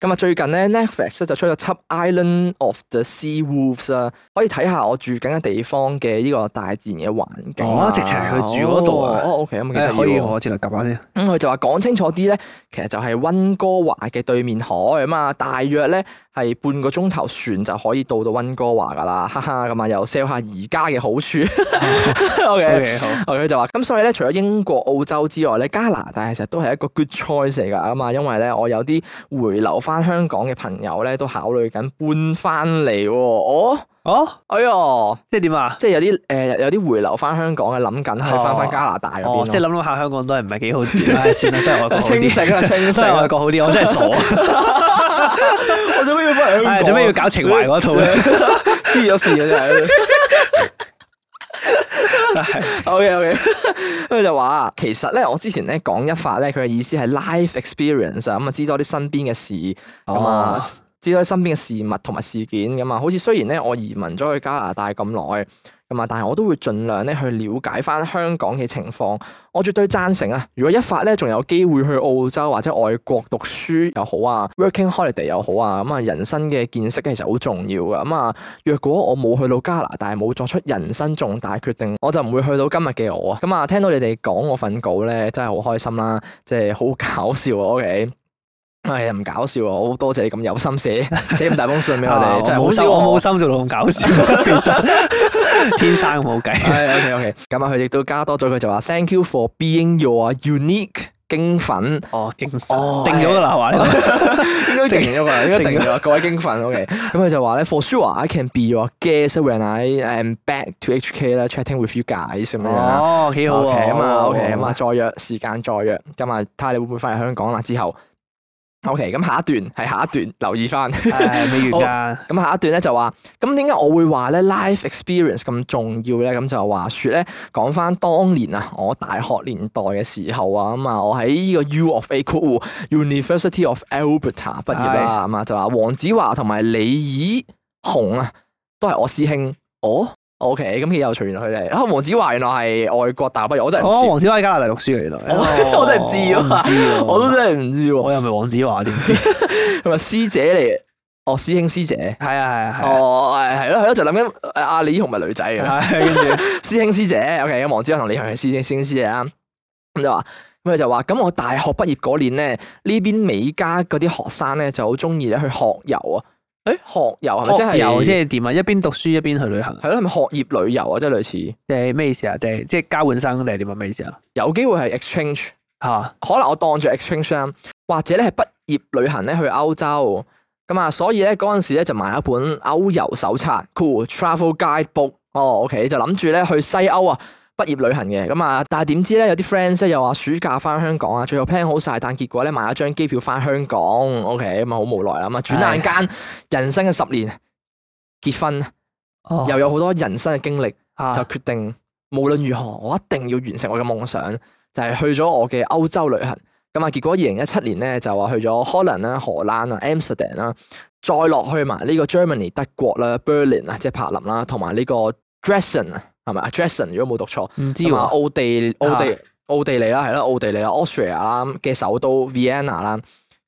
咁啊最近咧 Netflix 咧就出咗輯 Island of the Sea Wolves 啦，可以睇下我住緊嘅地方嘅呢個大自然嘅環境啊哦直情係佢住嗰度啊哦哦，OK，咁幾誒得意可以，喎我轉頭 𥄫 下先。咁佢就話講清楚啲咧，其實就係温哥華嘅對面海咁啊，大約咧係半個鐘頭船就可以到到温哥華噶啦，哈 哈咁啊，又 sell 下而家嘅好處。OK， OK，好。佢就話咁，所以咧除咗英國、澳洲之外咧，加拿大其實都係一個 good choice 嚟㗎咁啊，因為咧我有啲回流翻香港嘅朋友咧都考慮緊搬翻嚟喎，哦，哦，哎呀，即係點啊？即係有啲誒、呃有啲回流翻香港嘅諗緊去翻翻加拿大嗰邊咯哦，即係諗諗下香港都係唔係幾好住，唉，算啦，哦都係外國好 清啲，醒啊， 清都醒係啊外！國好啲。我真係傻， 我做咩要翻嚟香港啊唉，？哎做咩要搞情懷嗰套咧？ 黐咗線嘅啊真係。O K O K，咁佢就話啊其實咧，我之前咧講一發咧，佢嘅意思係 life experience 啊，咁啊知多啲身邊嘅事，咁啊、哦知多啲身邊嘅事物同埋事件咁啊。好似雖然咧我移民咗去加拿大咁耐，咁啊，但係我都會盡量咧去了解翻香港嘅情況。我絕對贊成啊！如果一發咧仲有機會去澳洲或者外國讀書又好啊，working holiday 又好啊，咁啊人生嘅見識其實好重要噶。咁啊，若果我冇去到加拿大，冇作出人生重大決定，我就唔會去到今日嘅我啊。咁啊，聽到你哋講我份稿咧，真係好開心啦，即係好搞笑啊！OK。係唔搞笑啊！我好多謝你咁有心寫 寫咁大封信俾我啊哋，真係好冇心，心我安冇心做到咁搞笑，其實天生冇 計。係 OK OK，咁啊，佢亦都加多咗，佢就話 Thank you for being your unique 經粉，哦，勁哦定咗㗎啦，係嘛？呢個應該定咗㗎啦，應該定咗各位經粉 OK。咁佢就話咧，For sure I can be your guest when I am back to HK 啦，chatting with you guys 咁樣啦。哦，幾好哎 OK 啊咁啊，OK 咁啊，再約時間再約，咁啊，睇下你會唔會翻嚟香港啦之後。OK，咁下一段係下一段，留意翻。係未完㗎。 咁下一段咧就話，咁點解我會話咧 life experience 咁重要咧？咁就話説咧，講翻當年啊，我大學年代嘅時候啊，咁啊，我喺呢個 U of A 括弧 University of Alberta 畢業啦，咁啊就話黃子華同埋李以紅啊，都係我師兄。哦，OK，咁幾有趣，原來佢哋啊，黃子華原來係外國大學畢業，我真係哦，唔黃子華喺加拿大讀書嚟，原來。哦我我真係唔知 喎我唔知知，喎我都真係唔知啊喎。我又唔係黃子華，點 知？係佢話師姐嚟，哦師兄師姐，啊，係啊，係啊。哦係係咯係咯，就諗緊誒阿李以紅咪女仔嘅。係啊跟住師兄師姐，OK，咁黃之華同李陽係師兄師兄師姐啦。咁就話，咁佢就話，咁我大學畢業嗰年咧，呢邊美加嗰啲學生咧就好中意咧去學遊啊。誒學遊係咪即係學遊哦即係點啊？一邊讀書一邊去旅行啊，係咯，係咪學業旅遊啊？即係類似即係咩意思啊？定係即係交換生定係點啊？咩意思啊？有機會係 exchange，嚇可能我當住 exchange 啦，或者咧係畢業旅行咧去歐洲咁啊，所以咧嗰陣時咧就買一本歐遊手冊，cool travel guide book。哦，OK，就諗住咧去西歐啊。畢業旅行嘅咁啊，但係點知咧有啲 friends 咧又話暑假翻香港啊，最後 plan 好晒，但結果咧買咗張機票翻香港，OK 咁啊好無奈啦咁啊，轉眼間人生嘅十年結婚，哦又有好多人生嘅經歷。就嚇決定無論如何，我一定要完成我嘅夢想，就係、去咗我嘅歐洲旅行。咁啊，結果二零一七年咧就話去咗 Holland 啦、荷蘭啦、Amsterdam 啦，再落去埋呢個 Germany 德國啦、Berlin 啊，即係柏林啦，同埋呢個 Dresden 啊，係咪啊？Dresden 如果冇讀錯，唔知同埋喎，啊奧地奧地奧地利啦，係啦，奧地利啦，Austria 啦嘅首都 Vienna 啦。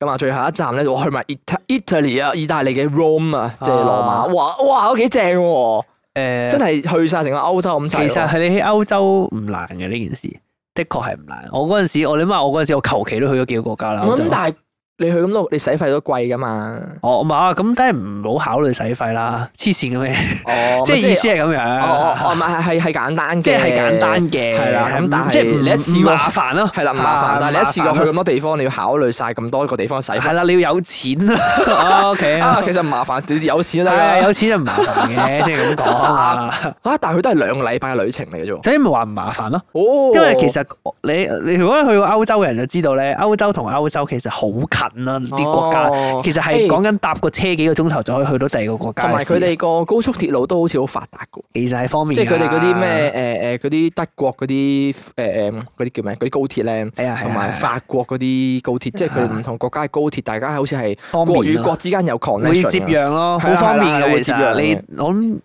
咁啊，最後一站咧，我去埋 Ita- Italy 啊，意大利嘅 Rome 啊，即係羅啊馬。哇哇，都幾正喎！誒真係去晒成個歐洲咁其滯喎。實係你喺歐洲唔難嘅呢件事，的確係唔難。我嗰陣時，我諗下，我嗰陣時我求其都去咗幾個國家啦。歐洲咁但係你去咁多，你使費都貴噶嘛？哦，唔係啊，咁梗係唔好考慮使費啊啦，黐線嘅咩？哦即係意思係咁哦哦樣，哦，唔係係係簡單嘅，即係係簡單嘅，係啦咁唔但係即係唔你一次唔過麻煩咯，係啦，唔麻啊煩。但係你一次過麻煩去咁多地方，你要考慮晒咁多個地方嘅使費係啦，你要有錢 啦。O K 啊。啊其，實唔麻煩，你有錢都得係啊啦有錢就唔麻煩嘅，即係咁講 啊。啊！但係佢都係兩個禮拜嘅旅程嚟嘅啫喎。所以咪話唔麻煩咯，哦，因為其實你你如果去過歐洲嘅人就知道咧，歐洲同歐洲其實好近啦，啲國家哦其實係欸講緊搭個車幾個鐘頭就可以去到第二個國家同嘅埋事。佢哋個高速鐵路都好似好發達嘅喎，其實係方面㗎，啊即係佢哋嗰啲咩誒誒嗰啲德國嗰啲誒誒嗰啲叫咩嗰啲高鐵咧，係啊，係啊同埋係啊法國嗰啲高鐵，即係佢哋唔同國家嘅高鐵，大家好似係啊方國便與啊國之間有會 connection 接嘅。壤咯，係好啦方便係啦嘅。會其接壤實你我諗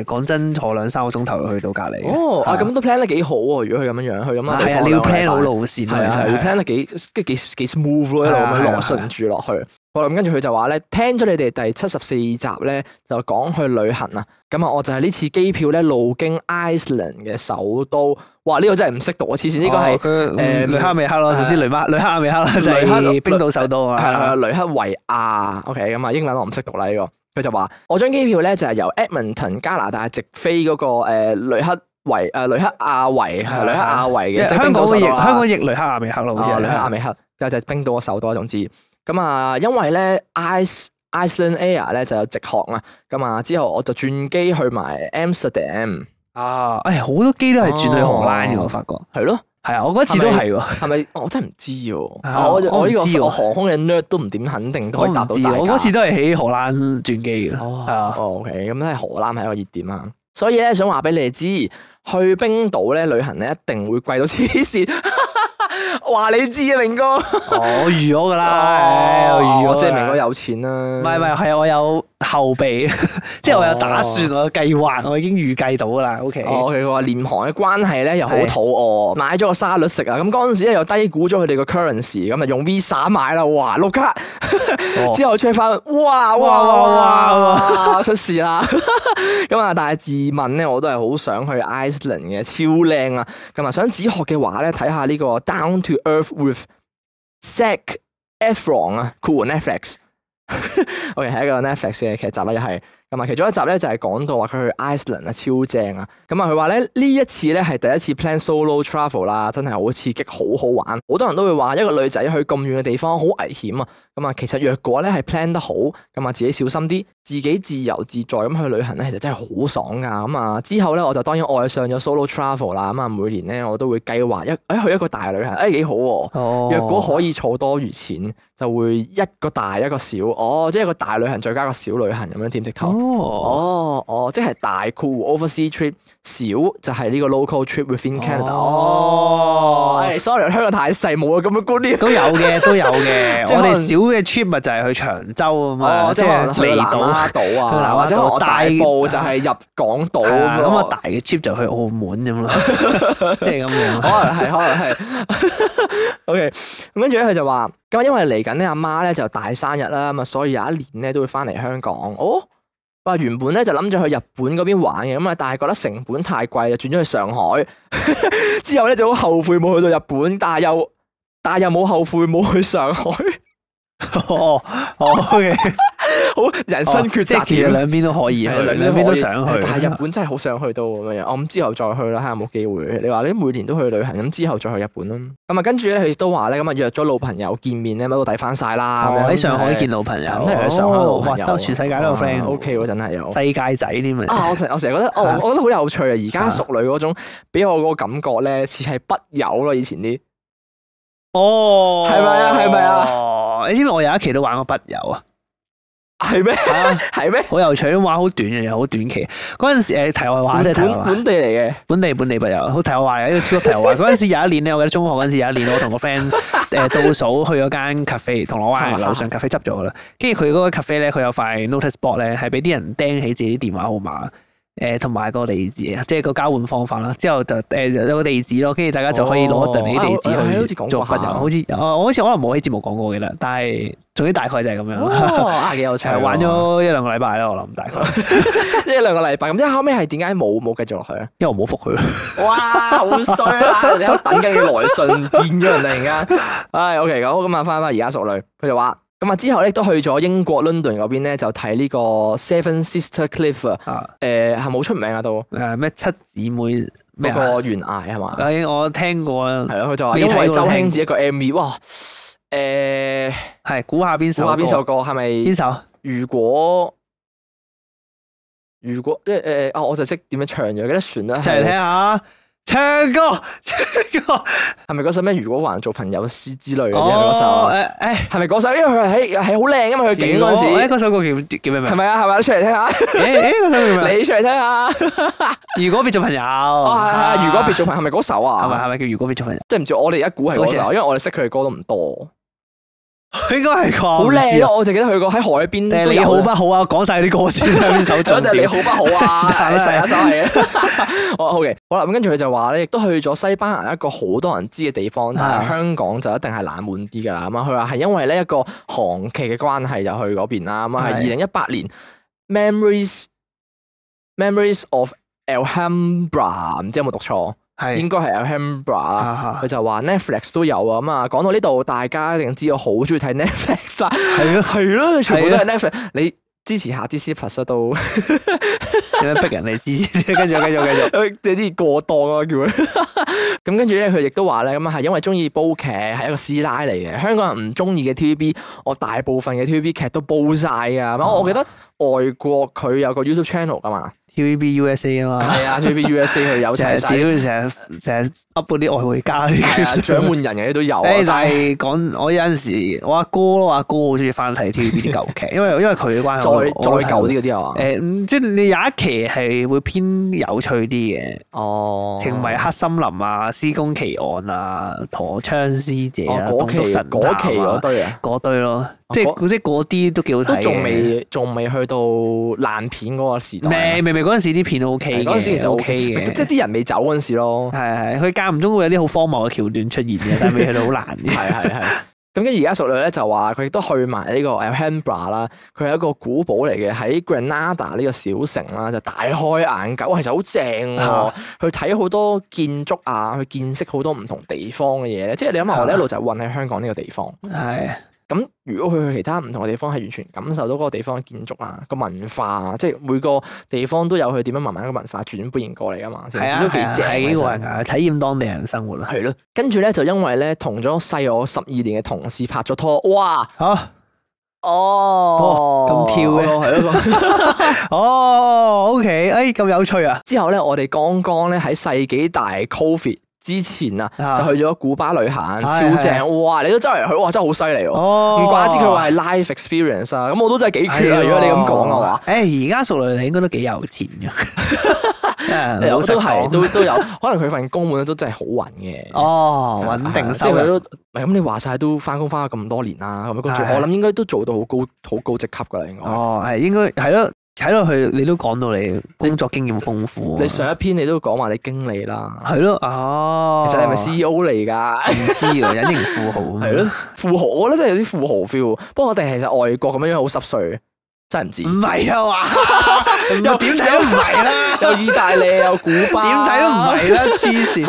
誒講真，坐兩三個鐘頭去到隔離嘅。哦，啊係咁都 plan 得幾好喎！如果佢咁樣樣，去咁樣係啊，你要 plan 好路線係啊，啊，其實係要係 plan 得幾跟住幾幾 smooth 咯，一係路啊咁係啊樣落順住落去。好啦，咁跟住佢就話咧，聽咗你哋第七十四集咧，就講去旅行啊。咁啊，我就係呢次機票咧，路經 Iceland 嘅首都。哇！呢個真係唔識讀啊！黐線，呢個係哦誒佢雷克美克咯，係總之雷克雷克美克啦，就雷克係冰島首都啊係啦，係啦嘛。雷克維亞，OK，咁啊，英文我唔識讀啦呢個。佢就話：我張機票咧就係由 Edmonton 加拿大直飛嗰個誒雷克維誒雷克亞維係雷克亞維即嘅，係即係香冰島港首亦都啦香港亦雷克亞美克咯，好似哦係雷克亞美克，就係冰島嘅首都啦總之。咁啊，因為咧 Ice Iceland Air 咧就有直航啊，咁啊之後我就轉機去埋 Amsterdam，啊，誒好多機都係轉去荷蘭嘅，我發覺係咯，係啊，我嗰次都係喎，哦係咪？我真係唔知喎， 啊我我唔我呢知喎個我航空嘅 nerd 都唔點肯定都我可唔以答到知啊大家。我嗰次都係喺荷蘭轉機嘅，哦係 啊， o k 咁咧荷蘭係一個熱點啊，所以咧想話俾你哋知，去冰島咧旅行咧一定會貴到黐線， 話你知啊，明哥，我預咗㗎啦，唉我預哦咗即係㗎啦明哥有錢啦，唔係唔係，係我有後備， 即係我有打算，我有計劃，我已經預計到㗎啦。O K，哦，佢話廉航嘅關係咧又好係肚餓，買咗個沙律食啊！咁嗰陣時咧又低估咗佢哋個 currency，咁啊用 Visa 買啦，哇碌卡，之後 check 翻，哇哇哇哇哇出事啦！ 咁啊，但係自問咧，我都係好想去 Iceland 嘅，超靚啊！咁啊，想自學嘅話咧，睇下呢個 Down to Earth with Zac Efron 啊，Cool Netflix。OK，係一個 Netflix 嘅劇集啦，又係咁啊。其中一集咧就係講到話佢去 Iceland 啊，超正啊。咁啊，佢話咧呢一次咧係第一次 plan solo travel 啦，真係好刺激，好好玩。好多人都會話一個女仔去咁遠嘅地方好危險啊。咁啊，其實若果咧係 plan 得好，咁啊自己小心啲，自己自由自在咁去旅行咧，其實真係好爽噶。咁啊，之後咧我就當然愛上咗 solo travel 啦。咁啊，每年咧我都會計劃一誒去一個大旅行，誒幾好喎、哦若果可以儲多餘錢，就會一個大一個小，哦，即係一個大旅行再加一個小旅行咁樣添直頭。哦，哦哦，即係大 cool oversea trip，小就係呢個 local trip within Canada。哦哦，誒，sorry，香港太細，冇啊咁嘅觀念。都有 嘅，都有嘅。即係我可能哋少嘅 trip 咪就係去長洲啊嘛，哦， 即即係可係能去離南島。丫島 去南丫啊，島或者我大大埔就係入港 島係啦咁哦咁啊咯，大嘅 trip 就去澳門咁咯， 即係咁樣。可能係，可能係。OK，咁跟住咧，佢就話咁，因為嚟緊咧，阿媽咧就大生日啦，咁啊，所以有一年咧都會翻嚟香港。哦，哇，原本咧就諗住去日本嗰邊玩嘅，咁啊，但係覺得成本太貴，就轉咗去上海。 之後咧就好後悔冇去到日本，但係又但係又冇後悔冇去上海，哦，哦，OK，好人生抉即係擇其實點。兩邊都可以去，係兩兩邊邊可都以想去。 但係日本真係好想去到咁樣樣，我咁之後再去啦，睇下有冇機會。你話你每年都去旅行，咁之後再去日本啦。咁啊，跟住咧，佢亦都話咧，咁啊約咗老朋友見面咧，乜都抵翻晒啦。哦咁樣啊喺上海係見老朋友，咁都係喺上海老哦哇朋友，周全世界都有 friend 喎 O K 喎，真係 有。世界仔添啊！啊！我成我成日覺得，哦，我覺得好有趣啊！而家熟女嗰種俾我嗰個感覺咧，似係筆友咯，以前啲哦係咪啊係咪啊啊？你知唔知我有一期都玩過筆友啊？係咩？係啊，係咩？好有趣，都玩好短嘅，又好短期。嗰陣時誒題外話，即係啊本題外話。本地嚟嘅，本地本地筆友，好題外話嚟，一個超級題外話。嗰陣時有一年咧，我記得中學嗰陣時有一年，我同個 friend 誒倒數去咗間 cafe，銅鑼灣樓上 cafe 執咗㗎啦。跟住佢嗰個 cafe 咧，佢有塊 notice board 咧，係俾啲人釘起自己電話號碼。誒同埋個地址，即係個交換方法啦。之後就誒有個地址咯，跟住大家就可以攞定你啲哦啊我係地好址似去講過做筆友。下好似我我好似可能冇喺節目講過嘅啦，但係總之大概就係 咁樣。哦， 啊幾有趣係喎，玩咗一兩個禮拜啦，我諗大概，一兩個禮拜，咁即係後尾係點解冇冇繼續落去啊？因為我冇覆 佢。哇，好衰啊！你喺度等緊你來信，見咗人突然間， 唉，OK，好咁啊，翻翻而家熟女，佢就話。咁啊，之後咧都去咗英國倫敦嗰邊咧，就睇呢個 Seven Sister Cliff 啊，啊誒係冇出名啊都，誒咩七姊妹咩嗰啊？個懸崖係嘛？誒，我聽過啊，係咯，佢就話未因睇過為周聽興哲一個 MV，哇，誒，係估下邊估首下歌？邊首歌係咪邊？首？如果如果即係誒啊，我就識點樣唱咗，記得旋律啊一齊嚟聽係下。唱歌，唱歌，係咪嗰首咩？如果還做朋友詩之類嗰啲係咪嗰哦，首？誒誒，係咪嗰首？因為佢係係好靚噶嘛，佢景如果嗰陣誒時嗰首歌叫叫咩名係？咪啊？係咪啊？出嚟聽下，誒誒，嗰首叫咩你出嚟聽下。名？如果別做朋友，哦，係係哦係啊如果別做朋友係咪嗰首係咪啊？係咪叫如果別做朋友？即係唔知我哋而家估係嗰好首，啊因為我哋識佢嘅歌都唔多。應該係個好靚咯。咯，我就記得佢個喺海邊定係都啊你有好嘅不好啊？我講晒啲歌先，睇下邊首重咁你點好。不 好是但啊？啦係啊，所謂 嘅。我 OK，好啦，咁跟住佢就話咧，亦都去咗西班牙一個好多人知嘅地方，但啊係香港就一定係冷門啲㗎啦。咁啊，佢話係因為呢一個韓劇嘅關係就去嗰邊啦。咁啊，係係二零一八年 Memories Memories of Alhambra，唔知有冇讀錯？應係該係 Alhambra 啦。啊佢就話 Netflix 都有啊，咁啊講到呢度，大家一定知我好中意睇 Netflix 啦，係咯，係咯，全部都係啊 Netflix，你支持下 Disney Plus 啊都。點樣逼人哋知？ 跟住繼續繼續。 即係啲過檔啊，叫佢。 咁跟住咧，佢亦都話咧，咁啊係因為中意煲劇，係一個師奶嚟嘅。香港人唔中意嘅 TVB，我大部分嘅 TVB 劇都煲晒啊。咁我我記得外國佢有個 YouTube channel 噶嘛， TVB USA 啊嘛，係啊，TVB USA 佢 有成齊日晒。屌成日成日 up 嗰啲外匯家嗰 係啊，啲掌門人嘅都有啊誒，，但但哎係講我有陣時，我阿哥咯，我阿哥好中意翻睇 TVB 啲舊劇，因為因為佢嘅關係，再我我再舊啲嗰啲啊。誒，嗯即係你有一期係會偏有趣啲嘅，哦，情迷黑森林啊、施公奇案啊、陀槍師姐啊、哦棟嗰期篤神嗰期探嗰啊堆啊，嗰堆咯，即係即係嗰啲都幾好睇都嘅仲未仲未去到爛片嗰個時代啊。未未未嗰陣時啲片都 OK 嘅，嗰陣時其實 OK 嘅，即係啲人未走嗰陣時咯。係係，佢間唔中會有啲好荒謬嘅橋段出現嘅，但係未去到好難嘅。係係係。咁跟住而家熟女咧就話佢亦都去埋呢個 Alhambra 啦，佢係一個古堡嚟嘅，喺 Granada 呢個小城啦，就大開眼界，哇，其實好正喎啊！去睇好多建築啊，去見識好多唔同地方嘅嘢咧，即係你諗下，我啊哋一路就係混喺香港呢個地方。係咁如果佢去其他唔同嘅地方，係完全感受到嗰個地方嘅建築啊、個文化啊，即係每個地方都有佢點樣慢慢嘅文化轉變過嚟噶嘛， 成係件啊事都幾係啊，正係嘅幾其實過癮㗎，體驗當地人生活啦。係咯，跟住咧就因為咧同咗細我十二年嘅同事拍咗拖，哇！好。哦，咁跳嘅係咯。咁 哦，OK，哎，咁有趣啊！之後咧，我哋剛剛咧喺世紀大 Covid 之前啊，啊就去咗古巴旅係行，超正！哇，你都周圍去，哇，真係好犀利喎！哦，唔怪之佢話係 life experience 啊，咁我都真係幾缺啊！係喎如果你咁講嘅話，，誒，而家熟女你應該都幾有錢 嘅，誒老我實都係講都都有， 可能佢份工本身都真係好穩嘅。啊哦，穩定即係收佢入，都唔係咁，你話晒都翻工翻咗咁多年啦，咁樣跟住係我諗應該都做到好高好高職級噶啦，應該。哦，係應該係咯，睇落去你都講到你工作經驗豐富啊，你上一篇你都講話你經理啦，係咯，哦，嗯其實你係咪 CEO 嚟㗎？唔知喎，隱形富豪係咯，，富豪，我覺得真係有啲富豪 feel。不過我哋其實外國咁樣樣好濕碎，真係唔知唔。係啊嘛，又點睇都唔係啦， 有意大利，有古點巴，睇都唔係啦，黐 線，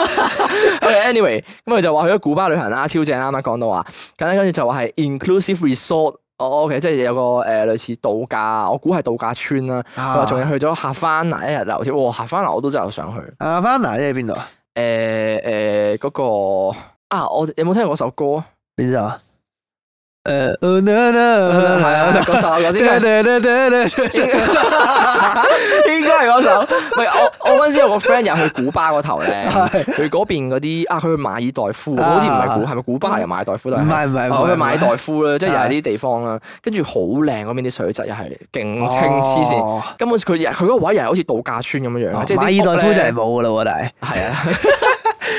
係。Anyway，咁佢就話去咗古巴旅行啦，超正啦啱啱講到話，咁跟住就話係 inclusive resort 哦，OK，即係有個誒、呃、類似度假，我估係度假村啦。佢話啊，仲要去咗夏翻拿一日流添，哇！夏翻拿哦我都真係好想去。啊 v a n a 喺邊度啊？誒誒嗰個啊，我有冇聽過嗰首歌啊？邊首啊？誒，Oh no no，係啊，就嗰首，我先對對對對對對 應該係嗰首。喂，我我嗰陣時有個 friend 又去古巴嗰頭咧， 係佢嗰邊嗰啲啊，佢去馬爾代夫，啊嗯好似唔係古，係咪古巴定啊馬爾代夫都唔係唔係唔係我去唔係馬爾代夫啦，即係又係呢啲地方啦。跟住好靚嗰邊啲水質又係勁清黐線，哦根本佢又佢嗰個位又係好似度假村咁樣樣，即係馬爾啲代屋夫呢就係冇噶啦喎，但係係啊。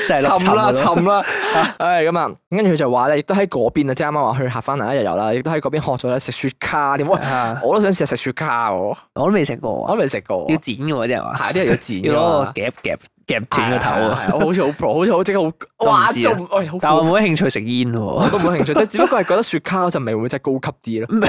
真係沉啦㗎咯 沉啦，唉咁啊，跟住佢就話咧，亦都喺嗰邊啊，即係啱啱話去客翻嚟一日遊啦，亦都喺嗰邊學咗咧食雪茄點，喂，啊我都想試下食雪茄喎，我都未食過我喎都，未食過喎，要剪嘅喎啲人話，係啲人要剪要㗎攞個嘛，夾夾夾斷個頭啊！係，係係我好似好 pro，好似好即 係好，我唔哇，知啊仲喂好但我酷，冇乜興趣食煙喎我，都冇興趣，即係只不過係覺得雪茄嗰陣味會唔會真係高級啲咯，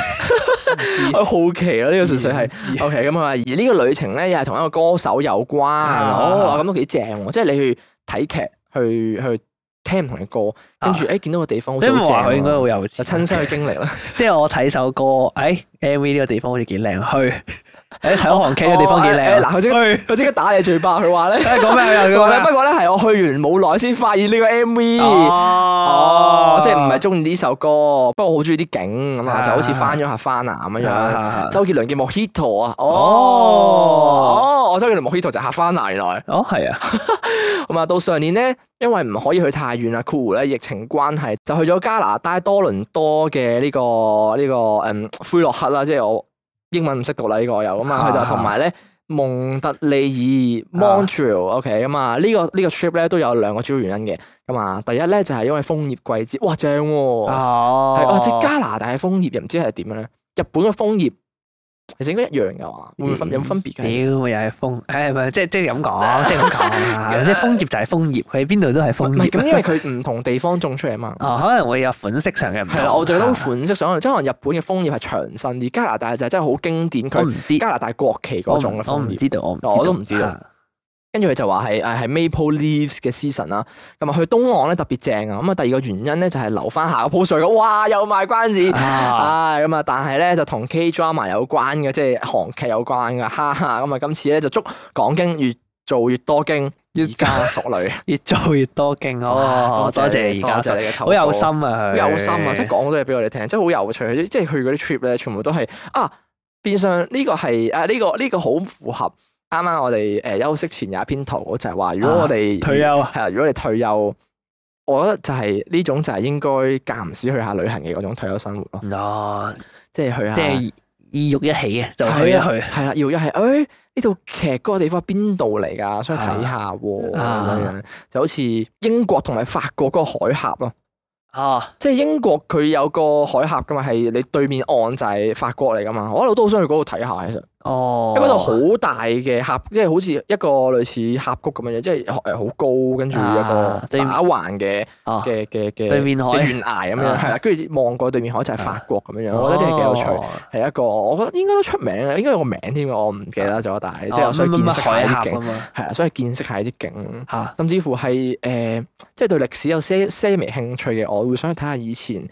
知 我好奇啊咯，呢個純粹係。知 O K，咁啊，而呢個旅程咧又係同一個歌手有關，啊哦，咁都幾正喎！即係你去睇劇，去去聽唔同嘅歌，跟住誒見到個地方好啊你唔似好正話佢應該喎會有錢，就親身去經歷啦。即係我睇首歌，誒 MV 呢個地方好似幾靚，去誒睇韓劇嘅地方幾哦誒靚，啊嗱佢即去佢即刻打你嘴巴，佢話咧，誒講咩又佢話講咧不咩？過咧係我去完冇耐先發現呢個 M V。哦哦，即係唔係中意呢首歌，不過我好中意啲景咁啊，啊就好似翻咗下翻啊咁樣樣。啊周杰倫嘅 Mojito 啊，哦哦哦，我周杰倫 Mojito 就下翻啊，原來哦係啊，咁啊，到上年咧，因為唔可以去太遠啦，括弧咧疫情關係，就去咗加拿大多倫多嘅呢個呢個嗯灰洛克啦，即係我英文唔識讀啦呢個又咁啊，佢就同埋咧。蒙特利爾啊 （Montreal），OK 咁啊，呢個呢個 trip 咧都有兩個主要原因嘅。咁啊，第一咧就係因為楓葉季節，哇正喎！哦係哦，即係加拿大嘅楓葉又唔知係點樣咧。日本嘅楓葉其實應該一樣㗎嘛，嗯會唔會分有冇分別屌，咪又㗎？係風，誒唔係即係即係咁 講，即係咁講啊，即係楓葉就係楓葉，佢喺邊度都係唔楓係咁，因葉。為佢唔同地方種出嚟啊嘛。 哦，可能會有款式上嘅唔同。啊係啦，我最得款式上，即係可能日本嘅楓葉係長身啲，加拿大就係真係好經典，我佢唔知加，拿大國旗我嗰種唔嘅我唔楓葉。哦知道，我唔我都唔知道啊跟住佢就話係誒係 Maple Leaves 嘅 season 啦，咁啊去東岸咧特別正啊，咁啊第二個原因咧就係留翻下個 post 上嘅，哇又賣關子，啊啊咁啊，但係咧就同 K drama 有關嘅，即係韓劇有關嘅，哈哈，咁啊今次咧就祝講經越做越多經，越而家索女，越做越多勁 哦！多謝你而家多謝你嘅投好稿有心啊，好佢有心啊！即係講咗嘢俾我哋聽，即係好有趣。即係去嗰啲 trip 咧，全部都係啊，變相呢個係啊呢個呢個好符合啱啱我哋誒休息前有一篇投稿，就係話如果我哋退休啊，係啊，如果你退休，我覺得就係呢種就係應該間唔時去下旅行嘅嗰種退休生活咯，哦，即係去下即係意欲一起嘅就去一去，係啊啦，要啊一係誒呢套劇嗰個地方係邊度嚟㗎？想去睇下喎咁啊樣，就好似英國同埋法國嗰個海峽咯。哦，即係英國佢有個海峽噶嘛，係你對面岸就係法國嚟噶嘛，我一路都好想去嗰度睇下，其實哦，因為嗰度好大嘅峽，即係好似一個類似峽谷咁樣樣，即係誒好高，跟住有啊個對打橫嘅哦嘅嘅嘅對面海嘅懸崖咁樣，啊係啦，跟住望過對面海就係法國咁樣樣，我覺得呢啲係幾有趣。哦係一個，我覺得應該都出名嘅，應該有個名添嘅，我唔記得咗，但係即係我哦想乜乜見乜識海下峽啲啊景，嘛，係啊，所以見識下啲景。嚇甚至乎係誒、呃即係對歷史有些些微興趣嘅，我會想去睇下以前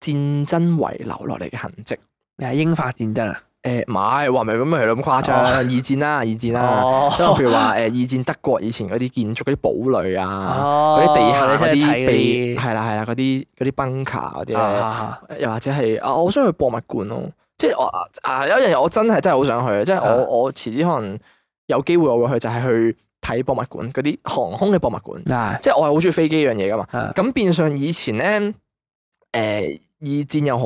戰爭遺留落嚟嘅痕跡。係英法戰爭啊，誒唔係，話咪咁咪咁誇張，哦二戰啦，二戰啦，哦即係譬如話誒、呃二戰德國以前嗰啲建築嗰啲堡壘啊，哦嗰啲、地下嗰你真係啲睇秘嗰啊係啦係啦嗰啲嗰啲 bunker 嗰啲啲咧，啊又或者係啊，我想去博物館咯，即係我啊啊有一樣嘢我真係真係好想去，即係啊我我遲啲可能有機會我會去就係去睇博物館嗰啲航空嘅博物館。嗱，即係我係好中意飛機呢樣嘢噶嘛。啊咁變相以前咧，誒、二戰又好，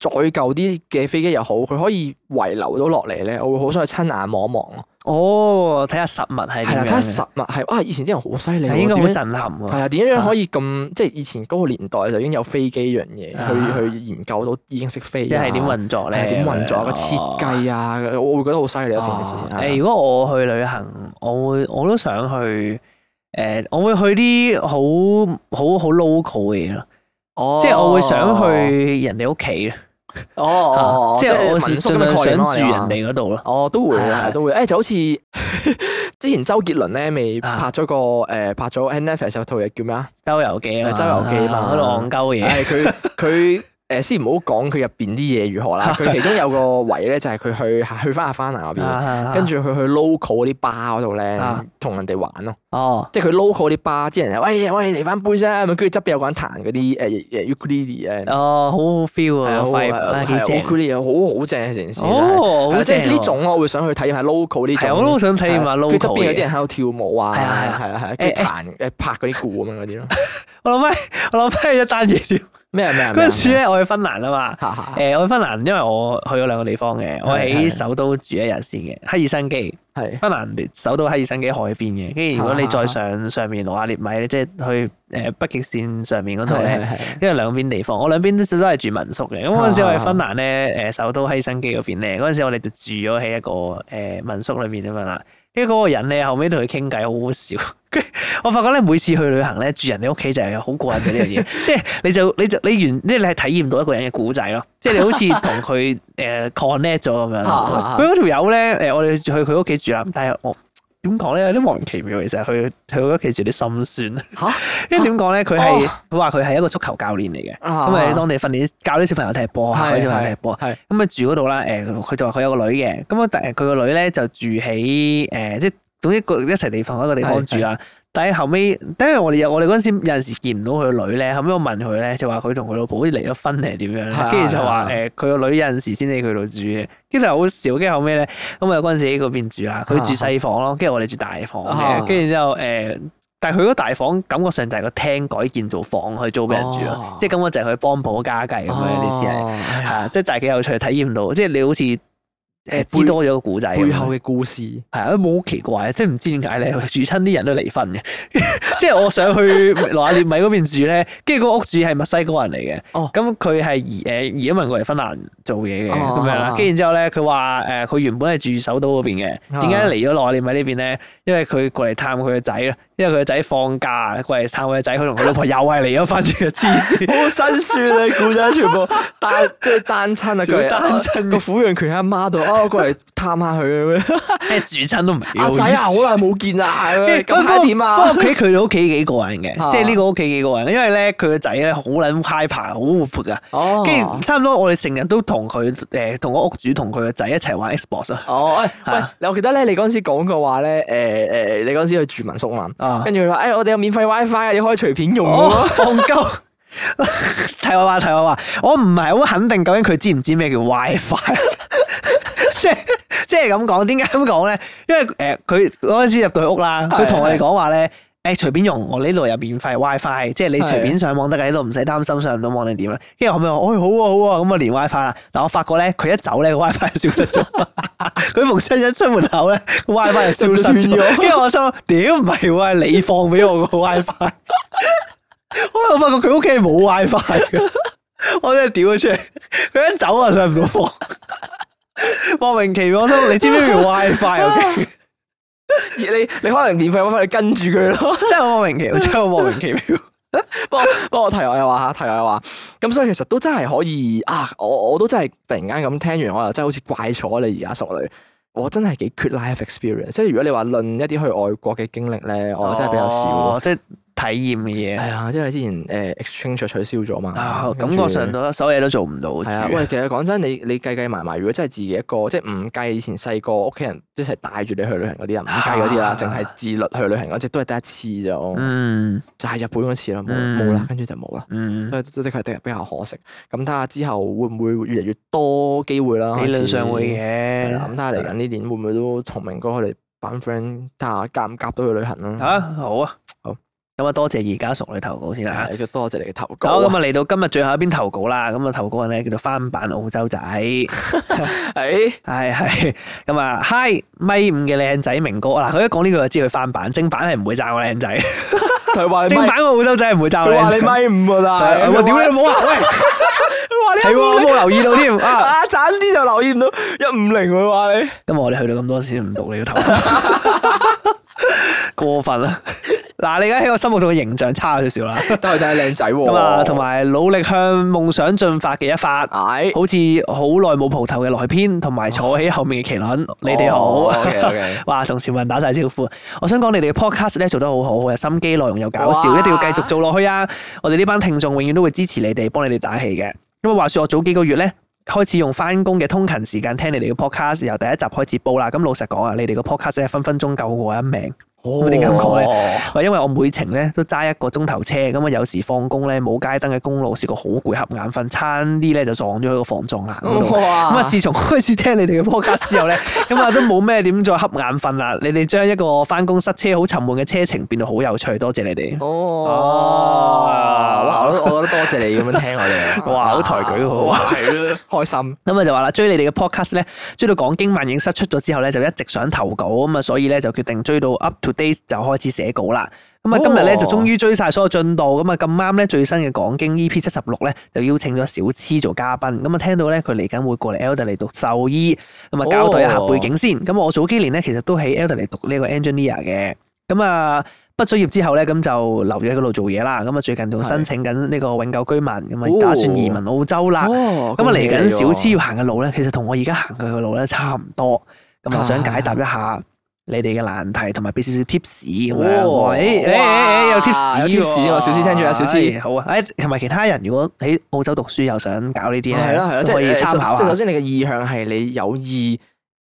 再舊啲嘅飛機又好，佢可以遺留到落嚟咧，我會好想去親眼望一望咯。哦，睇下實物係係啦，點睇下樣實嘅，物係哇，以前啲人好犀利係應喎，該好點樣震撼係喎，啊？點樣樣啊可以咁即係以前嗰個年代就已經有飛機呢樣嘢，啊去去研究到已經識飛啊，即係點運作係咧？點運作嘅哦設計啊，我會覺得好犀利啊！成件事哦係啊誒，如果我去旅行，我會我都想去誒，我會去啲好好好 local 嘅嘢咯，哦即係我會想去人哋屋企咯哦哦嚇哦，即係我民宿盡咁嘅量概想住念啊咯你話人哋嗰度咯。哦，都會係啊，係都會。誒，就好似 之前周杰倫咧，咪啊拍咗個誒拍咗 Netflix 有套嘢叫咩啊？周遊記啊嘛，周遊記嘛嗰度戇鳩嘢，係佢佢誒先唔好講佢入邊啲嘢如何 啦，佢其中有個位咧就係佢去去翻阿凡娜嗰邊，啊跟住佢去 local 嗰啲巴嗰度咧啊，同人哋玩咯。哦，即係佢 local 啲巴，啲人係喂喂嚟翻杯啫，咁跟住側邊有個人彈嗰啲誒誒 ukulele 啊，哦，好 feel 啊，個肺係啊，啊幾正。 ukulele 好好正啊成件事真係，哦，好即係正呢喎種我會想去體驗下 local 呢係，我都好種。想體驗下跟住啊側 local 邊有啲嘢人。喺度跳舞啊，係係啊啊係係啊，誒跟住彈誒拍嗰啲鼓咁樣嗰啲咯。我諗起， 我諗起一單嘢添。咩啊咩啊？嗰陣時咧，我去芬蘭啊嘛。嚇嚇，誒，我去芬蘭，因為我去咗兩個地方嘅，我係喺係首都住一日先嘅，赫爾辛 基。係芬蘭首都赫爾辛基海邊嘅，跟住如果你啊再上上面羅亞列米，即係去誒北極線上面嗰度咧，係因為兩邊地方，我兩邊都都係住民宿嘅。咁嗰陣時我喺芬蘭咧，誒首都希辛基嗰邊咧，嗰陣時我哋就住咗喺一個誒民宿裏面咁樣啦。跟住嗰個人咧，後尾同佢傾偈好好笑。 跟住我發覺咧，每次去旅行咧，住人哋屋企就係好過癮嘅呢樣嘢， 即係你就你就你完，即係你係體驗到一個人嘅古仔咯。即係你好似同佢誒 connect 咗咁樣咯。佢嗰條友咧，誒我哋去佢屋企住啦，但係我點講咧，有啲莫名其妙，其實佢佢屋企住啲心酸。嚇因為點講咧，佢係哦佢話佢係一個足球教練嚟嘅。啊咁啊，當地訓練教啲小朋友踢波啊，係教啲小朋友踢波。係咁啊住嗰度啦，誒佢就話佢有個女嘅，咁啊但係佢個女咧就住喺誒即係總之個一齊地方一個地方住啦。但係後尾，因為我哋有我哋嗰陣時有陣時見唔到佢個女咧，後尾我問佢咧，就話佢同佢老婆好似離咗婚定係點樣咧係，跟住就話係誒佢個女有陣時先喺佢度住嘅，跟住就好笑。跟住後尾咧，咁啊嗰陣時喺嗰邊住啦，佢住細房咯，跟住我哋住大房啊嘅，跟住之後誒。但係佢嗰大房感覺上就係個廳改建做房去租俾人住咯哦，即係感覺就係佢幫補家計咁樣呢啲先係。係係啊，即係但係幾有趣，體驗到，即係你好似呃誒誒知多咗個古仔咁樣，背後嘅故事。係啊，都冇好奇怪，即係唔知點解咧，住親啲人都離婚嘅， 即係我上 去羅亞列米嗰邊住咧，跟住個屋主係墨西哥人嚟嘅，哦咁佢係呃移誒移咗民過嚟芬蘭做嘢嘅咁哦樣啦，跟住然之後咧，佢話誒佢原本係住首都嗰邊哦嘅，點解嚟咗羅亞列米呢邊咧？因為佢過嚟探佢個仔啦，因為佢個仔放假過嚟探佢個仔，佢同佢老婆又係離咗婚嘅，黐線。 好辛酸啊！古仔全部單即係單親啊，佢全部單親個撫養權喺阿媽度，啊我過嚟探下佢咁樣。咩住親都唔係幾好阿意仔思啊，好耐冇見啊，跟住不咁睇過下點不啊？過屋企佢哋屋企幾個人嘅，啊 即係呢個屋企幾個人，因為咧佢個仔咧好撚 hyper，好活潑噶。哦，跟住差唔多，我哋成日都同佢誒同個屋主同佢個仔一齊玩 Xbox 啊。哦，喂係啊喂，我記得咧，你嗰陣時講過話咧，誒誒，你嗰陣時去住民宿嘛，啊，跟住佢話，哎誒，我哋有免費 WiFi，你可以隨便用我 喎。哦戇鳩。提我話提我話，我唔係好肯定究竟佢知唔知咩叫 WiFi，即係即係咁講。點解咁講咧？因為誒佢嗰陣時入到去屋啦，佢同我哋講話咧。誒隨便用，我呢度有免費 WiFi，即係你隨便上網得㗎，呢度唔使擔心上唔到網定點啦。跟住後尾我，哎好啊好啊，咁啊連 WiFi 啦。但我發覺咧，佢一走咧個 WiFi 就消失咗， 佢逢親一出門口咧個 WiFi 就消失就斷咗。咗跟住我心諗，屌唔係喎，係你放俾我個 WiFi。我又發覺佢屋企係冇 WiFi 嘅，我真係屌咗出嚟。佢一走啊，上唔到房，莫名其妙。我心諗你知唔知咩叫 WiFi？OK， 你你可能免費 WiFi，你跟住佢咯。 真係好莫名其妙，真係好莫名其妙。不過不過我題外又話嚇，題外又話，咁所以其實都真係可以啊！我我都真係突然間咁聽完，我又真係好似怪錯啊你而家淑女，我真係幾缺 life experience。即係如果你話論一啲去外國嘅經歷咧，我真係比較少。哦，即係體驗嘅嘢係啊，因為之前誒 exchange 就取消咗嘛啊，，跟感住覺上都所有嘢都做唔到住。係啊，喂，其實講真，你你計計埋埋，如果真係自己一個，即係唔計以前細個屋企人一齊帶住你去旅行嗰啲人，唔啊計嗰啲啦，淨係自律去旅行嗰只都係得一次啫，我嗯就係日本嗰次啦，冇嗯冇啦，跟住就冇啦。嗯，所以都的確係比較可惜。咁睇下之後會唔會越嚟越多機會啦？理論上會開始。係嘅啦咁睇下嚟緊呢年會唔會都同明哥佢哋班 friend 睇下夾唔夾到去旅行啦？吓好啊，好咁啊，多謝而家熟女投稿先啦嚇係，啊都多謝你嘅投稿好，咁啊。 啊嚟到今日最後一篇投稿啦，咁啊投稿人咧叫做翻版澳洲 仔，係誒，係咁啊，Hi 咪五嘅靚仔明哥嗱，佢一講呢句就知佢翻版，正版係唔會讚我靚仔，佢話你正咪，版個澳洲仔係唔會讚我佢靚話仔你。咪五啊，但係係我屌你老母啊！喂，佢話係你喎，我冇留意到添啊！啊，爭啲就留意唔到一五零佢話你。今日我哋去到咁多先唔讀你個頭， 過分啦！嗱，你而家喺我心目中嘅形象差咗少少啦，但係真係靚仔喎。咁啊，同埋努力向夢想進發嘅一發。矮，好似好耐冇蒲頭嘅萊編，同埋坐喺後面嘅麒麟，你哋好。 OK OK。 哇，同全民打晒招呼。我想講你哋嘅 podcast 咧做得好好，好有心機，內容又搞笑，哇一定要繼續做落去啊！我哋呢班聽眾永遠都會支持你哋，幫你哋打氣嘅。咁啊，話說我早幾個月咧。開始用翻工嘅通勤時間聽你哋嘅 podcast，由第一集開始煲啦。咁老實講啊，你哋嘅 podcast 咧分分鐘救我一命。咁點解咁講咧？喂，因為我每程咧都揸一個鐘頭車，咁啊有時放工咧冇街燈嘅公路，試過好攰瞌眼瞓，差啲咧就撞咗喺個防撞欄嗰度。咁哇！啊，自從開始聽你哋嘅 podcast 之後咧，咁啊都冇咩點再瞌眼瞓啦。你哋將一個翻工塞車好沉悶嘅車程變到好有趣，多謝你哋。哦哦，哇！我都我都多謝你咁樣聽我哋啊， 哇好抬舉喎哇係咯，開心。咁啊就話啦，追你哋嘅 podcast 咧，追到講經萬影室出咗之後咧，就一直想投稿咁啊，所以咧就決定追到 up to date 就開始寫稿啦。咁啊，今日咧哦就終於追晒所有進度，咁啊咁啱咧最新嘅講經 EP 七十六咧就邀請咗小痴做嘉賓，咁啊聽到咧佢嚟緊會過嚟 Elderly 讀獸醫，咁啊交代一下背景先。咁我早幾年咧其實都喺 Elderly 讀呢個 engineer 嘅，咁啊畢咗業之後咧咁就留咗喺嗰度做嘢啦，咁啊最近仲申請緊呢個永久居民，咁啊打算移民澳洲啦。哦咁啊，嚟緊小痴要行嘅路咧，其實同我而家行佢嘅路咧差唔多。咁啊，啊想解答一下你哋嘅難題，同埋俾少少 tips 咁樣。哦我話誒誒哇誒有 tips 有 tips 喎喎小痴聽住啊小痴哎好啊，誒同埋其他人如果喺澳洲讀書又想搞呢啲咧，哦係啦係啦，都即可以係參首首考下。先你嘅意向係你有意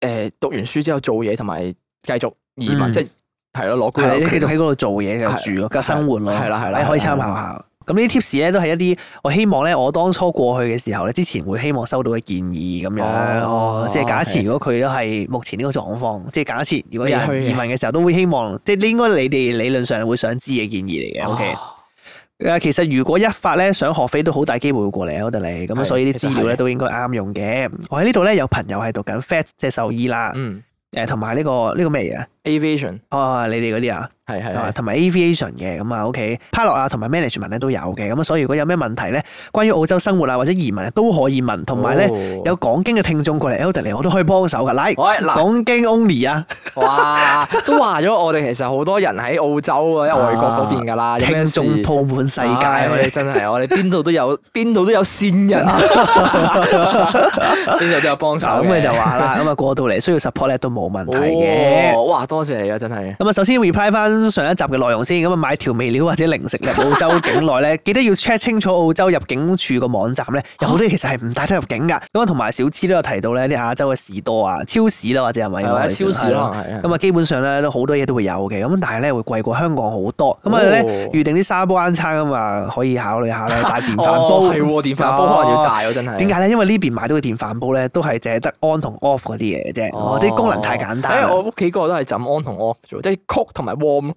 誒讀完書之後做嘢同埋繼續移嗯民，即係係咯攞居係啦留你繼權續喺嗰度做嘢嘅住咯，嘅生活咯，係啦係啦哎可以係啦參考下。咁呢啲 tips 咧都係一啲我希望咧，我當初過去嘅時候咧，之前會希望收到嘅建議咁樣。哦哦，即係假設 OK 如果佢都係目前呢個狀況，即係假設如果有未人去嘅移民嘅時候，都會希望，即係應該你哋理論上會想知嘅建議嚟嘅。OK，哦誒其實如果一發咧想學飛都好大機會會過嚟我哋嚟，咁係所以啲其實資料咧係都應該啱用嘅。我喺呢度咧有朋友係讀緊 FAT 即係獸醫啦，嗯誒同埋呢個呢個咩嘢啊？ ，aviation 哦，你哋嗰啲啊？係係啊係同埋 aviation 嘅咁啊，OK，pilot 啊同埋 management 咧都有嘅，咁啊，所以如果有咩問題咧，關於澳洲生活啊或者移民啊都可以問，同埋咧哦有講經嘅聽眾過嚟 Elderly 我都可以幫手噶，嚟喂嗱講經 only 啊， 哇，都話咗我哋其實好多人喺澳洲啊，因為外國嗰邊㗎啦，有咩聽事眾鋪滿世界啊唉我我哋哋真係我哋邊度 都有，邊度都有線人，啊邊度都有幫手咁嘅。佢就話啦，咁啊過到嚟需要 support 咧都冇問題嘅。哦，哇，多謝你啊，真係。咁啊，首先 reply 翻上一集嘅內容先。咁啊，買調味料或者零食 入澳洲境內咧，記得要 check 清楚澳洲入境處個網站咧，有好多嘢其實係唔帶得入境噶。咁啊，同埋小痴都有提到咧，啲亞洲嘅士多啊、超市啦，或者係咪？係咪超市係可。能係啊咁啊，基本上咧都好多嘢都會有嘅，咁但係咧會貴過香港好多。咁啊咧哦預定啲沙煲罌餐咁啊，可以考慮 下咧帶啊電飯煲。哦係喎，電飯煲可能要大喎，真係。點解咧？因為呢邊買到嘅電飯煲咧，都係淨係得 on 同 off 嗰啲嘢啫，哦？哦，啲功能太簡單因啦為。我屋企嗰個都係枕 on 同 off 啫，即係 cook 同埋 warm 咯。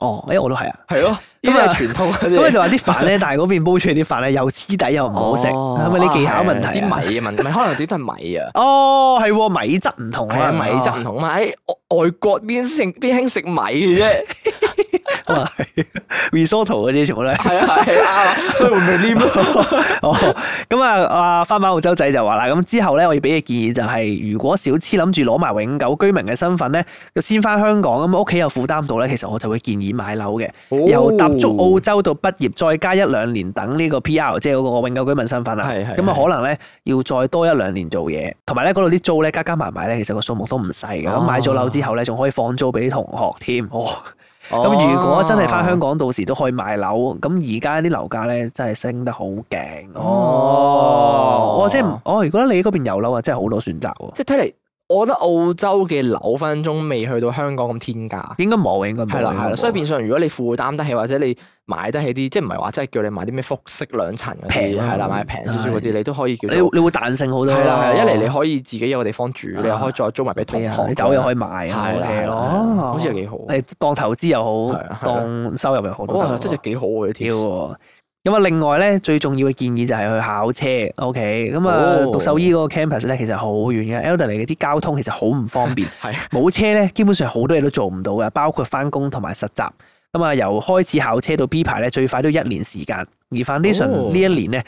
哦，誒我都係啊。係咯，呢啲咁啊係傳統嗰咁啲嚟。佢就話啲飯 咧，但係嗰邊煲出嚟啲飯咧又黐底又唔好食，哦係咪啲技巧問啊題係啊啊？啲米嘅問題，可能啲都係 米啊。哦，係喎，米質唔同係啊，啊，米質唔同嘛，喺外外國邊食邊興食米嘅啫。 同啊，risotto 嗰啲全部都 係。係啊係啊，啱啊所以會唔會黏咯？哦，咁啊，啊翻版澳洲仔就話啦，咁之後咧，我要俾嘅建議就係，如果小痴諗住攞埋永久居民嘅身份咧，就先翻香港，咁屋企有負擔到咧，其實我就會建議買樓嘅，哦由踏足澳洲到畢業，再加一兩年等呢個 P.R. 即係嗰個永久居民身份啦。係係咁啊，係可能咧要再多一兩年做嘢，同埋咧嗰度啲租咧加加埋埋咧，其實個數目都唔細嘅。咁哦買咗樓之後咧，仲可以放租俾啲同學添。哦，哦咁如果真係翻香，港，到時都可以買樓。咁而家啲樓價咧真係升得好勁。哦哦，哦，即係哦，如果你嗰邊有樓啊，真係好多選擇喎。即係睇嚟，我覺得澳洲嘅樓分分鐘未去到香港咁天價。應該冇，應該冇。係啦應該係啦，冇所以變相如果你負擔得起或者你買得起啲，即係唔係話真係叫你買啲咩複式兩層嗰平啲，啊係啦買平少少嗰啲，你都可以叫你做你會彈性好多係咯。啦係啦，一嚟你可以自己有個地方住，啊你又可以再租埋俾同你啊學，你走又可以以，買啊。係 OK，啦係啦，哦好似係幾好，誒當投資又好係啊，係啊當收入又好都哇得真喎。係幾好嘅跳啲喎！咁啊，另外咧最重要嘅建議就係去考車，OK？咁啊，哦讀獸醫嗰個 campus 咧其實好遠嘅，Elderly 嗰啲交通其實好唔方便， 係冇車咧基本上好多嘢都做唔到嘅，包括翻工同埋實習。咁啊，由開始考車到 B 牌咧，最快都一年時間。而 foundation 哦呢一年咧，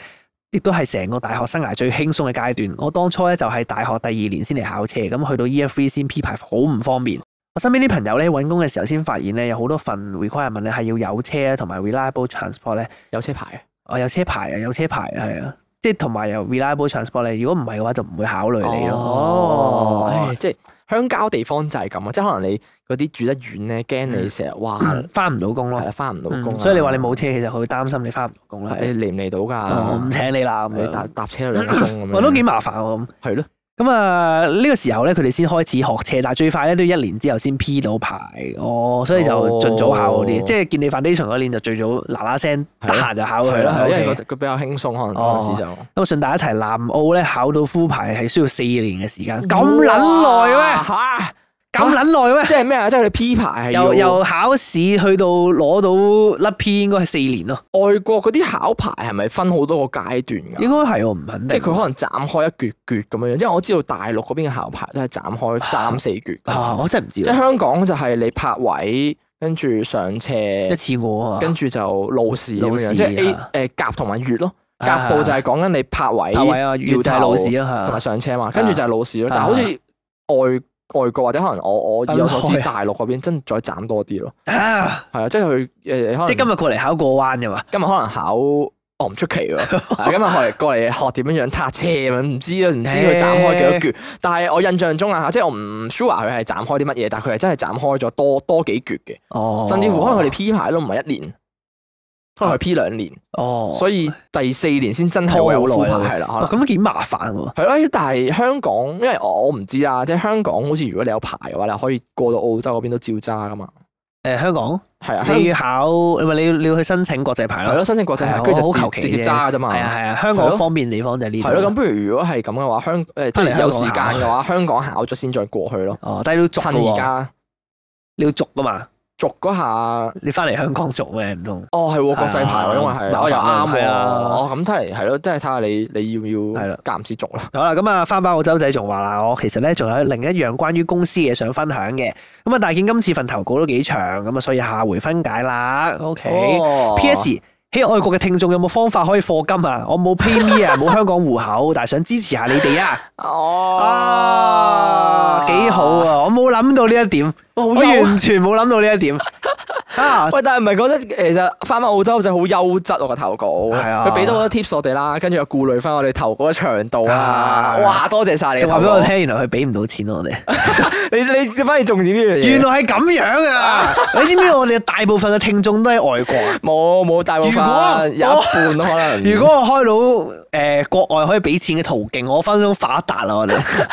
亦都係成個大學生涯最輕鬆嘅階段。我當初咧就係大學第二年先嚟考車，咁去到 Year Three 先 P 牌，好唔方便。我身邊啲朋友咧揾工嘅時候先發現咧，有好多份 requirement 咧係要有車啊，同埋 reliable transport 咧，有車牌，我有車牌啊，有車牌啊係啊，哦即係同埋有 reliable transport 咧。如果唔係嘅話，就唔會考慮你咯。唉哦，即係鄉郊地方就係咁啊，即係可能你嗰啲住得遠咧，驚你成日哇 翻唔到工咯。係啦翻唔到嗯工啊，所以你話你冇車，其實佢會擔心你翻唔到工啦。你啊嚟唔嚟到我唔㗎？請你啦咁你搭樣，搭車兩個鐘咁樣，我都幾麻煩喎咁。係咯，咁啊，呢個時候咧，佢哋先開始學車，但係最快咧都要一年之後先 P 到牌，哦，所以就盡早考好啲，哦即係見你 foundation 嗰年就最早嗱嗱聲，係得咯閒就考佢係啦啦，。因為 OK 佢佢比較輕鬆，可能哦嗰陣時就咁啊順帶一提，南澳咧考到 full 牌係需要四年嘅時間，咁撚耐咩？嚇！咁撚耐咩？即係咩啊？即係你 P 牌係由要由考試去到攞到甩 P 應該係四年咯，外國嗰啲考牌係咪分好多個階段㗎？應該係我唔肯定。即係佢可能斬開一橛橛咁樣樣，因為我知道大陸嗰邊嘅考牌都係斬開三四橛咁樣。 啊，我真係唔知即係喎，香港就係你泊位，跟住上斜一，次過啊嘛跟，住就路試咁路試樣樣，即係啊 A 誒甲同埋乙咯。啊甲部就係講緊你泊位、泊位啊，越就係頭老士啊同嚇，埋上車嘛，跟住就係路試咯。啊但係好似外外國或者可能我我以我所分知開大陸嗰邊真係再斬多啲咯。啊係啊，即係佢誒可能即係今日過嚟考過彎嘅嘛。今日可能考，我唔出 奇喎。係啊今日學嚟過嚟學點樣樣撻車咁樣，唔知啊，唔知佢斬開幾多橛。但係我印象中啊，即係我唔 sure 佢係斬開啲乜嘢，但係佢係真係斬開咗多多幾橛嘅，哦，甚至乎可能佢哋 P 牌都唔係一年。可能係 P 兩年，哦，所以第四年先真係會有拖好副耐牌啦係啦，可哇能咁幾麻煩喎。係咯。哎但係香港，因為我我唔知啊，即係香港好似如果你有牌嘅話，你可以過到澳洲嗰邊都照揸噶嘛。誒，香港係啊，你香要考，唔係你要你要去申請國際牌係咯。咯，申請國際係牌，啊跟我住好就求其直直接啫揸啫嘛。係啊係啊，香係港咯方便嘅地方就係呢度。係咯，咁不如如果係咁嘅話，香誒即翻嚟係香有港時間嘅話，香港考咗先再過去 咯。哦，但係你要續趁㗎而喎，家你要續噶嘛？續嗰下，哦你翻嚟香港續咩唔通？係喎，國際牌係啊喎，因為係麻煩我又啊啱係喎，啊哦咁睇嚟係咯，即係睇下你你要唔係要啦間唔時續啦。好啦，咁啊，翻返澳洲仔仲話啦，我其實咧仲有另一樣關於公司嘅想分享嘅。咁啊，但係見今次份投稿都幾長，咁啊，所以下回分解啦。OK。哦 P.S. 喺外國嘅聽眾有冇方法可以課金啊？我冇 PayMe 啊，冇香港户口，但係想支持下你哋啊！哦啊，幾好！啊！我冇諗到呢一點，哇哦好我優啊完全冇諗到呢一 點啊！喂，但係唔係覺得其實翻返澳洲就好優質我個投稿，係啊佢俾到好多 tips 我哋啦，跟住又顧慮翻我哋投稿嘅長度啊啊，哇！多謝晒你嘅哎就投話稿，俾我聽，原來佢俾唔到錢我哋，你你反而重點呢樣嘢。原來係咁樣啊！你知唔知我哋大部分嘅聽眾都喺外國啊？冇冇大部如果哦分有一半都可能。如果我開到诶国外可以俾錢嘅途徑，我分分鐘發達啦！我哋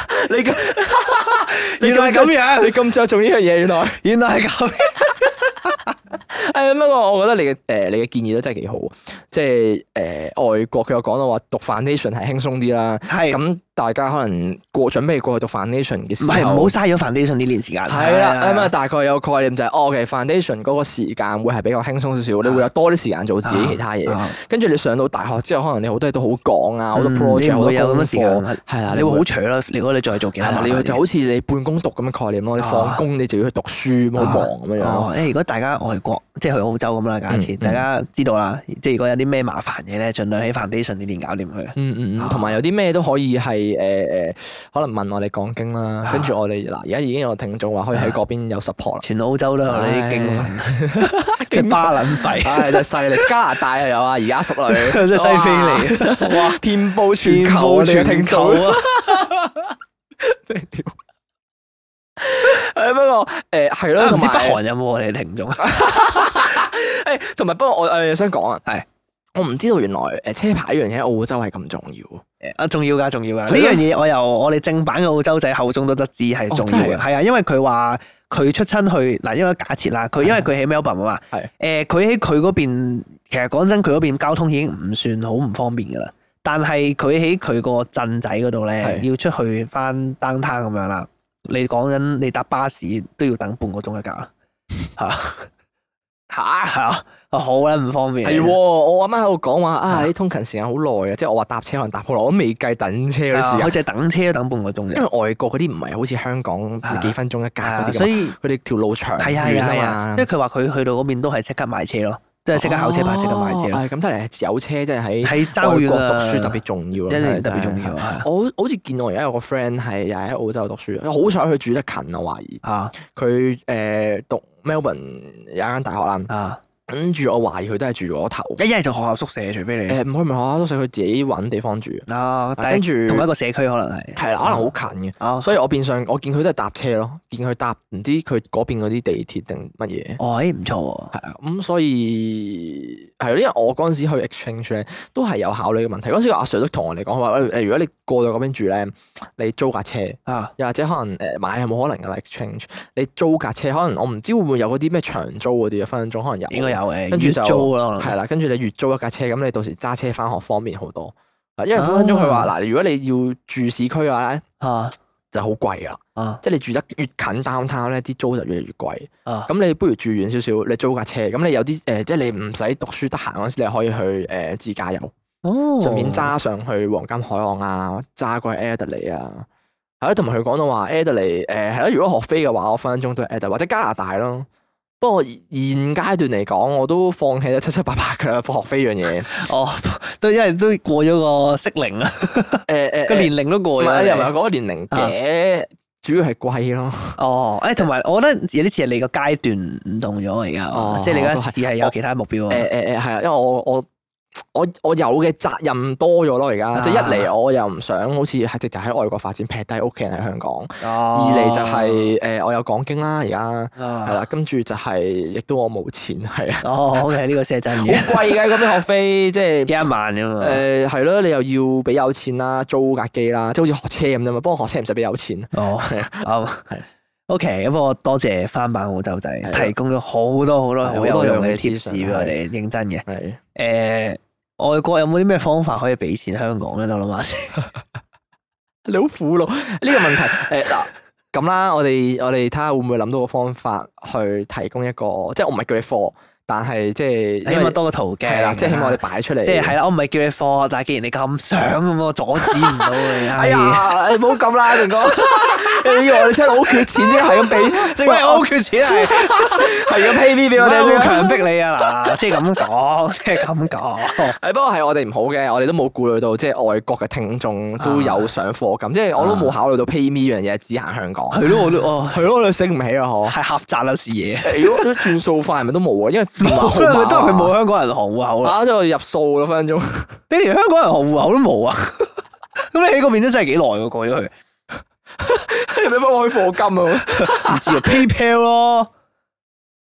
你咁原來係咁樣你咁着重呢樣嘢，原來原來係咁樣，誒不過我覺得你嘅誒、你嘅建議都真係幾好，即係誒、外國佢有講到話讀 foundation 係輕鬆啲啦，係咁大家可能過準備過去讀 foundation 嘅時唔候，係唔好嘥咗 foundation 呢年時間？嗯係啦，咁啊大概有個概念就係、哦，OK foundation 嗰個時間會係比較輕鬆少少，你會有多啲時間做自己其他嘢，啊跟住你上到大學之後，可能你好多嘢都好講啊，好多嗯 project 你好唔多會有功咁嘅時間課，係啊，你會會好扯咯。如果你再做其他係啦，麻你煩要嘢，就好似你半工讀咁嘅概念咯，你放啊工你就要去讀書，咁好忙咁樣樣哦咯。，誒，如果大家外國即係去澳洲咁啦，假設、嗯嗯大家知道啦，即係如果有啲咩麻煩嘢咧，盡量喺 foundation 呢邊搞掂佢。嗯嗯啊嗯，同埋有啲咩都可以係誒誒，可能問我哋講經啦啊，跟住我哋嗱，而家已經有聽眾話可以喺嗰邊 有 support 啦，全澳洲都有呢啲經 唉啊粉，即係巴撚幣，唉真係犀利！加拿大又有啊，而家淑女 真係西非嚟嘅，嚟，哇，遍佈全球啊，你嘅聽眾 啊！哎誒不過誒係咯，啊唔同知北埋韓有冇我哋聽眾啊？誒，同埋不過我誒想講啊，係我唔知道原來誒車牌呢樣嘢喺澳洲係咁重要。啊，重要㗎，重要㗎！係呢咯樣嘢我由我哋正版嘅澳洲仔口中都得知係重要嘅，哦真係係啊，因為佢話佢出親去嗱，因為假設啦，佢因為佢喺 Melbourne 啊嘛，誒，佢喺佢嗰邊，其實講真，佢嗰邊交通已經唔算好唔方便㗎啦。但係佢喺佢個鎮仔嗰度咧，係要出去翻 downtown 咁樣啦。你講緊你搭巴士都要等半個鐘一 架，嚇係啊，好撚唔方便。係喎，我啱啱喺度講話啊，啊啲通勤時間好耐啊，即係我話搭車可能搭好耐，我都未計等車嗰啲時啊，佢間，就係等車都等半個鐘因為啫。外國嗰啲唔係好似香港啊幾分鐘一格係啊嗰啲所咁，以佢哋條路長係啊係遠啊係啊，啊因為嘛，佢話佢去到嗰邊都係即刻買車咯，即係即刻考車牌，即刻買車哦咯，係咁睇嚟有車真係喺係爭好外遠國啊讀書特別重要一咯，定係特別重。真係要啊我好好似見我而家有個 friend 係又係喺澳洲讀書，好彩佢住得近，我懷疑啊佢誒讀 Melbourne 有一間大學啦，啊！跟住我懷疑佢都係住嗰頭。一係就學校宿舍，除非你誒唔可以唔係學校宿舍，佢自己揾地方住。啊，但跟係住同一個社區可能係係啦，可能好近嘅。啊，所以我變相我見佢都係搭車咯，見佢搭唔知佢嗰邊嗰啲地鐵定乜嘢。哦，誒唔錯喎，係啊，咁所以係因為我嗰陣時去 exchange 咧，都係有考慮嘅問題。嗰陣時個阿 Sir 都同我哋講佢話：喂誒，如果你過到嗰邊住咧，你租架車，啊，又或者可能誒買係冇可能㗎啦 exchange。你租架車，可能我唔知會唔會有嗰啲咩長租嗰啲啊，分分鐘可能有。應該有嘅，跟住月就租咯，可係能啦，跟住你月租一架車，咁你到時揸車翻學方便好多。啊因為分分鐘佢話啊嗱，如果你要住市區嘅話咧，啊就好貴啊！啊即係你住得越近 downtown 咧，啲租就越嚟越貴。啊，咁你不如住遠少少，你租架車，咁你有啲誒、呃即係你唔使讀書得閒嗰時，你可以去誒、呃自駕遊，哦，順便揸上去黃金海岸啊，揸過去 Adelaide 啊。係咯，同埋佢講到話 Adelaide 誒係咯，如果學飛嘅話，我分分鐘都係 Adelaide 或者加拿大咯。不過現階段嚟講，我都放棄得七七八八㗎啦，學飛樣嘢。哦， 都因為都過咗個適齡啦，誒誒個年啊齡都唔過係咗又唔啦係。講年齡嘅，主要係貴咯。哦，誒，同埋我覺得有啲似係你個階段唔同咗而家，哦即係你而都家係似係有其他目標誒啊。誒誒係啊，因為我我我我有嘅責任多咗咯，而家即係一嚟我又唔想好似係直頭喺外國發展，劈低屋企人喺香港；二二嚟就係誒我有講經啦，而家係哦啊，啦，跟住就係亦都我冇錢係啊，哦，OK，呢個先係真好嘅，貴嘅嗰邊學費，即係幾。 一萬啫嘛。誒係咯，你又要俾有錢啦，租架機啦，即係好似學車咁啫嘛。不過學車唔使俾有錢，哦，啱。OK，咁我多謝翻版澳洲仔係啊提供咗好多好多係好好多有用樣嘅嘅資 tips 訊俾我哋，認真嘅。係誒，外國有冇啲咩方法可以俾錢香港咧？我諗下先。你好苦惱呢個問題。 誒嗱咁啦，我哋我哋睇下會唔會諗到個方法去提供一個，即係我唔係叫你貨，但係即係起因為碼多個途徑。係啦，即係起碼我哋擺出嚟。即係係啦，我唔係叫你貨，但係既然你咁想咁，我阻止唔到你。哎哎呀，呀，你唔好咁啦，明哥。 你以為你出嚟好缺錢啫，係咁俾，即喂，係我我好缺錢係。係咁 pay me 俾我我哋哋會先。強迫你啊嗱，即係咁講，即係咁講。誒不過係我哋唔好嘅，我哋都冇顧慮到即係外國嘅聽眾啊都有上課咁，即係我都冇考慮到 pay me 呢樣嘢，只行香港。係咯，我都哦，係咯，你醒唔起啊？嗬。係狹窄啦視野。誒如果轉數快係咪都冇啊？啊因為 電話號冇碼啦，啊都係佢冇香港銀行户口啦。打咗我哋入數 啦，分分鐘。你連香港人行户口都 冇啊！咁你喺嗰邊都真係幾耐喎，過咗去唔你俾翻我去課金啊？知啊 PayPal 咯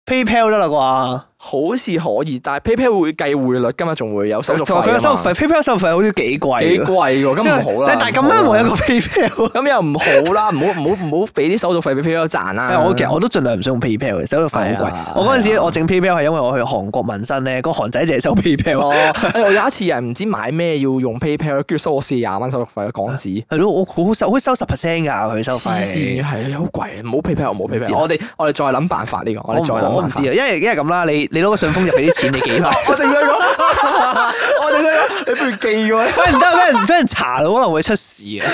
，PayPal 得啦啊啩？好似可以，但係 PayPal 會計匯率，今日仲會有手續同埋佢費啊嘅收㗎嘛費，PayPal 收費好似幾貴喎，幾貴喎，咁唔好啦。但係咁唔好啦啱我有個 PayPal，咁又唔好啦，唔好唔好唔好俾啲手續費俾 PayPal 賺啦。我其實我都盡量唔想用 PayPal 嘅，手續費好啊係啊貴。我嗰陣時我整 PayPal 係因為我去韓國紋身咧，個韓仔就係收 PayPal。哦，誒我有一次係唔知買咩要用 PayPal，跟住收我四廿蚊手續費港紙。係咯，我好收，好似收十 percent 㗎佢收黐線嘅費。係好貴，唔好 PayPal，唔好唔知 PayPal。我哋我哋再諗辦法呢個，我我哋再諗唔我唔辦法知啊，因為因為咁啦，你你攞個信封入俾啲錢，你幾快？ 我哋想講，我哋想講，你不如寄 咗。喂，唔得，俾人俾人查到可能會出事啊！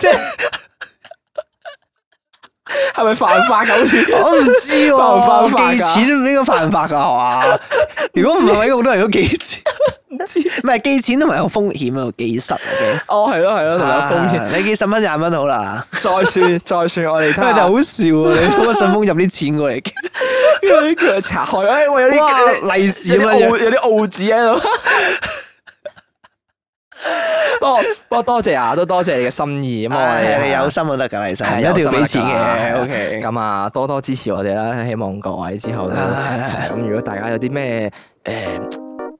即係係咪犯法㗎？好似我唔知啊喎，犯唔犯法㗎寄錢都唔應該犯法噶係嘛？如果唔係，咪咁多人都寄 錢，唔知。啊唔係寄錢同埋有風險啊，寄失啊，哦，係咯，係咯，同埋有風險。啊你寄十蚊廿蚊好啦，再算， 再算，我哋睇因為就好下。笑啊！你攞個信封入啲錢過嚟，跟住佢就拆開，哎，喂，有啲 哇利是啊有咁啲樣澳，有啲澳紙 喺度。不過不過多謝啊，都多謝你嘅心意咁我哋係你啊有心就得㗎，其實係唔有一定要心就俾得錢㗎係嘅啊，OK。咁啊，多多支持我哋啦！希望各位之後都係咁，如果大家有啲咩誒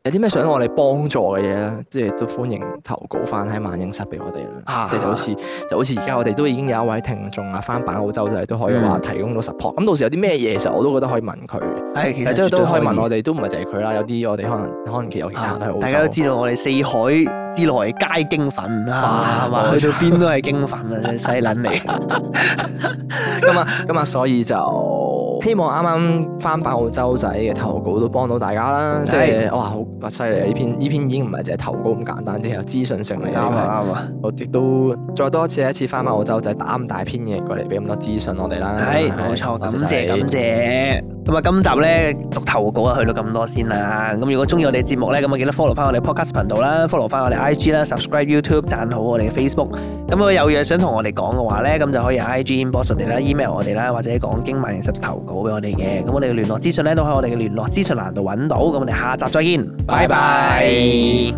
有啲咩想我哋幫助嘅嘢咧，即係都歡迎投稿翻喺萬應室俾我哋啦啊。即係就好似就好似而家我哋都已經有一位聽眾啊，翻版澳洲就係都可以話提供到 support。咁到時有啲咩嘢，其實我都覺得可以問佢嘅，係，其即係實都可以問我哋。哋，都唔係就係佢啦。有啲我哋可能可能其實有其他啊人都喺澳洲，啊大家都知道我哋四海之內皆經粉啊，哇係嘛？冇錯去到邊都係經粉啊，真係犀撚你。咁啊，咁啊，所以就希望啱啱翻版澳洲仔嘅投稿都幫到大家啦，嗯即係哇好哇犀利啊！呢篇呢篇已經唔係淨係投稿咁簡單，即係有資訊性嚟啱嘅。啊，啱啊。我亦都再多一次一次翻版澳洲仔打咁大篇嘢過嚟，俾咁多資訊我哋啦。係，冇錯，多感晒謝感謝。咁啊，今集咧讀投稿啊，去到咁多先啦。咁如果中意我哋節目咧，咁啊記得 follow 翻我哋 podcast 頻道啦，follow 翻我哋 IG 啦，subscribe YouTube，讚好我哋嘅 Facebook。咁如果有嘢想同我哋講嘅話咧，咁就可以 IG inbox 我哋啦，email 我哋啦，或者講經萬應室投稿俾我哋嘅。咁我哋嘅聯絡資訊咧都喺我哋嘅聯絡資訊欄度揾到。咁我哋下集再見，拜拜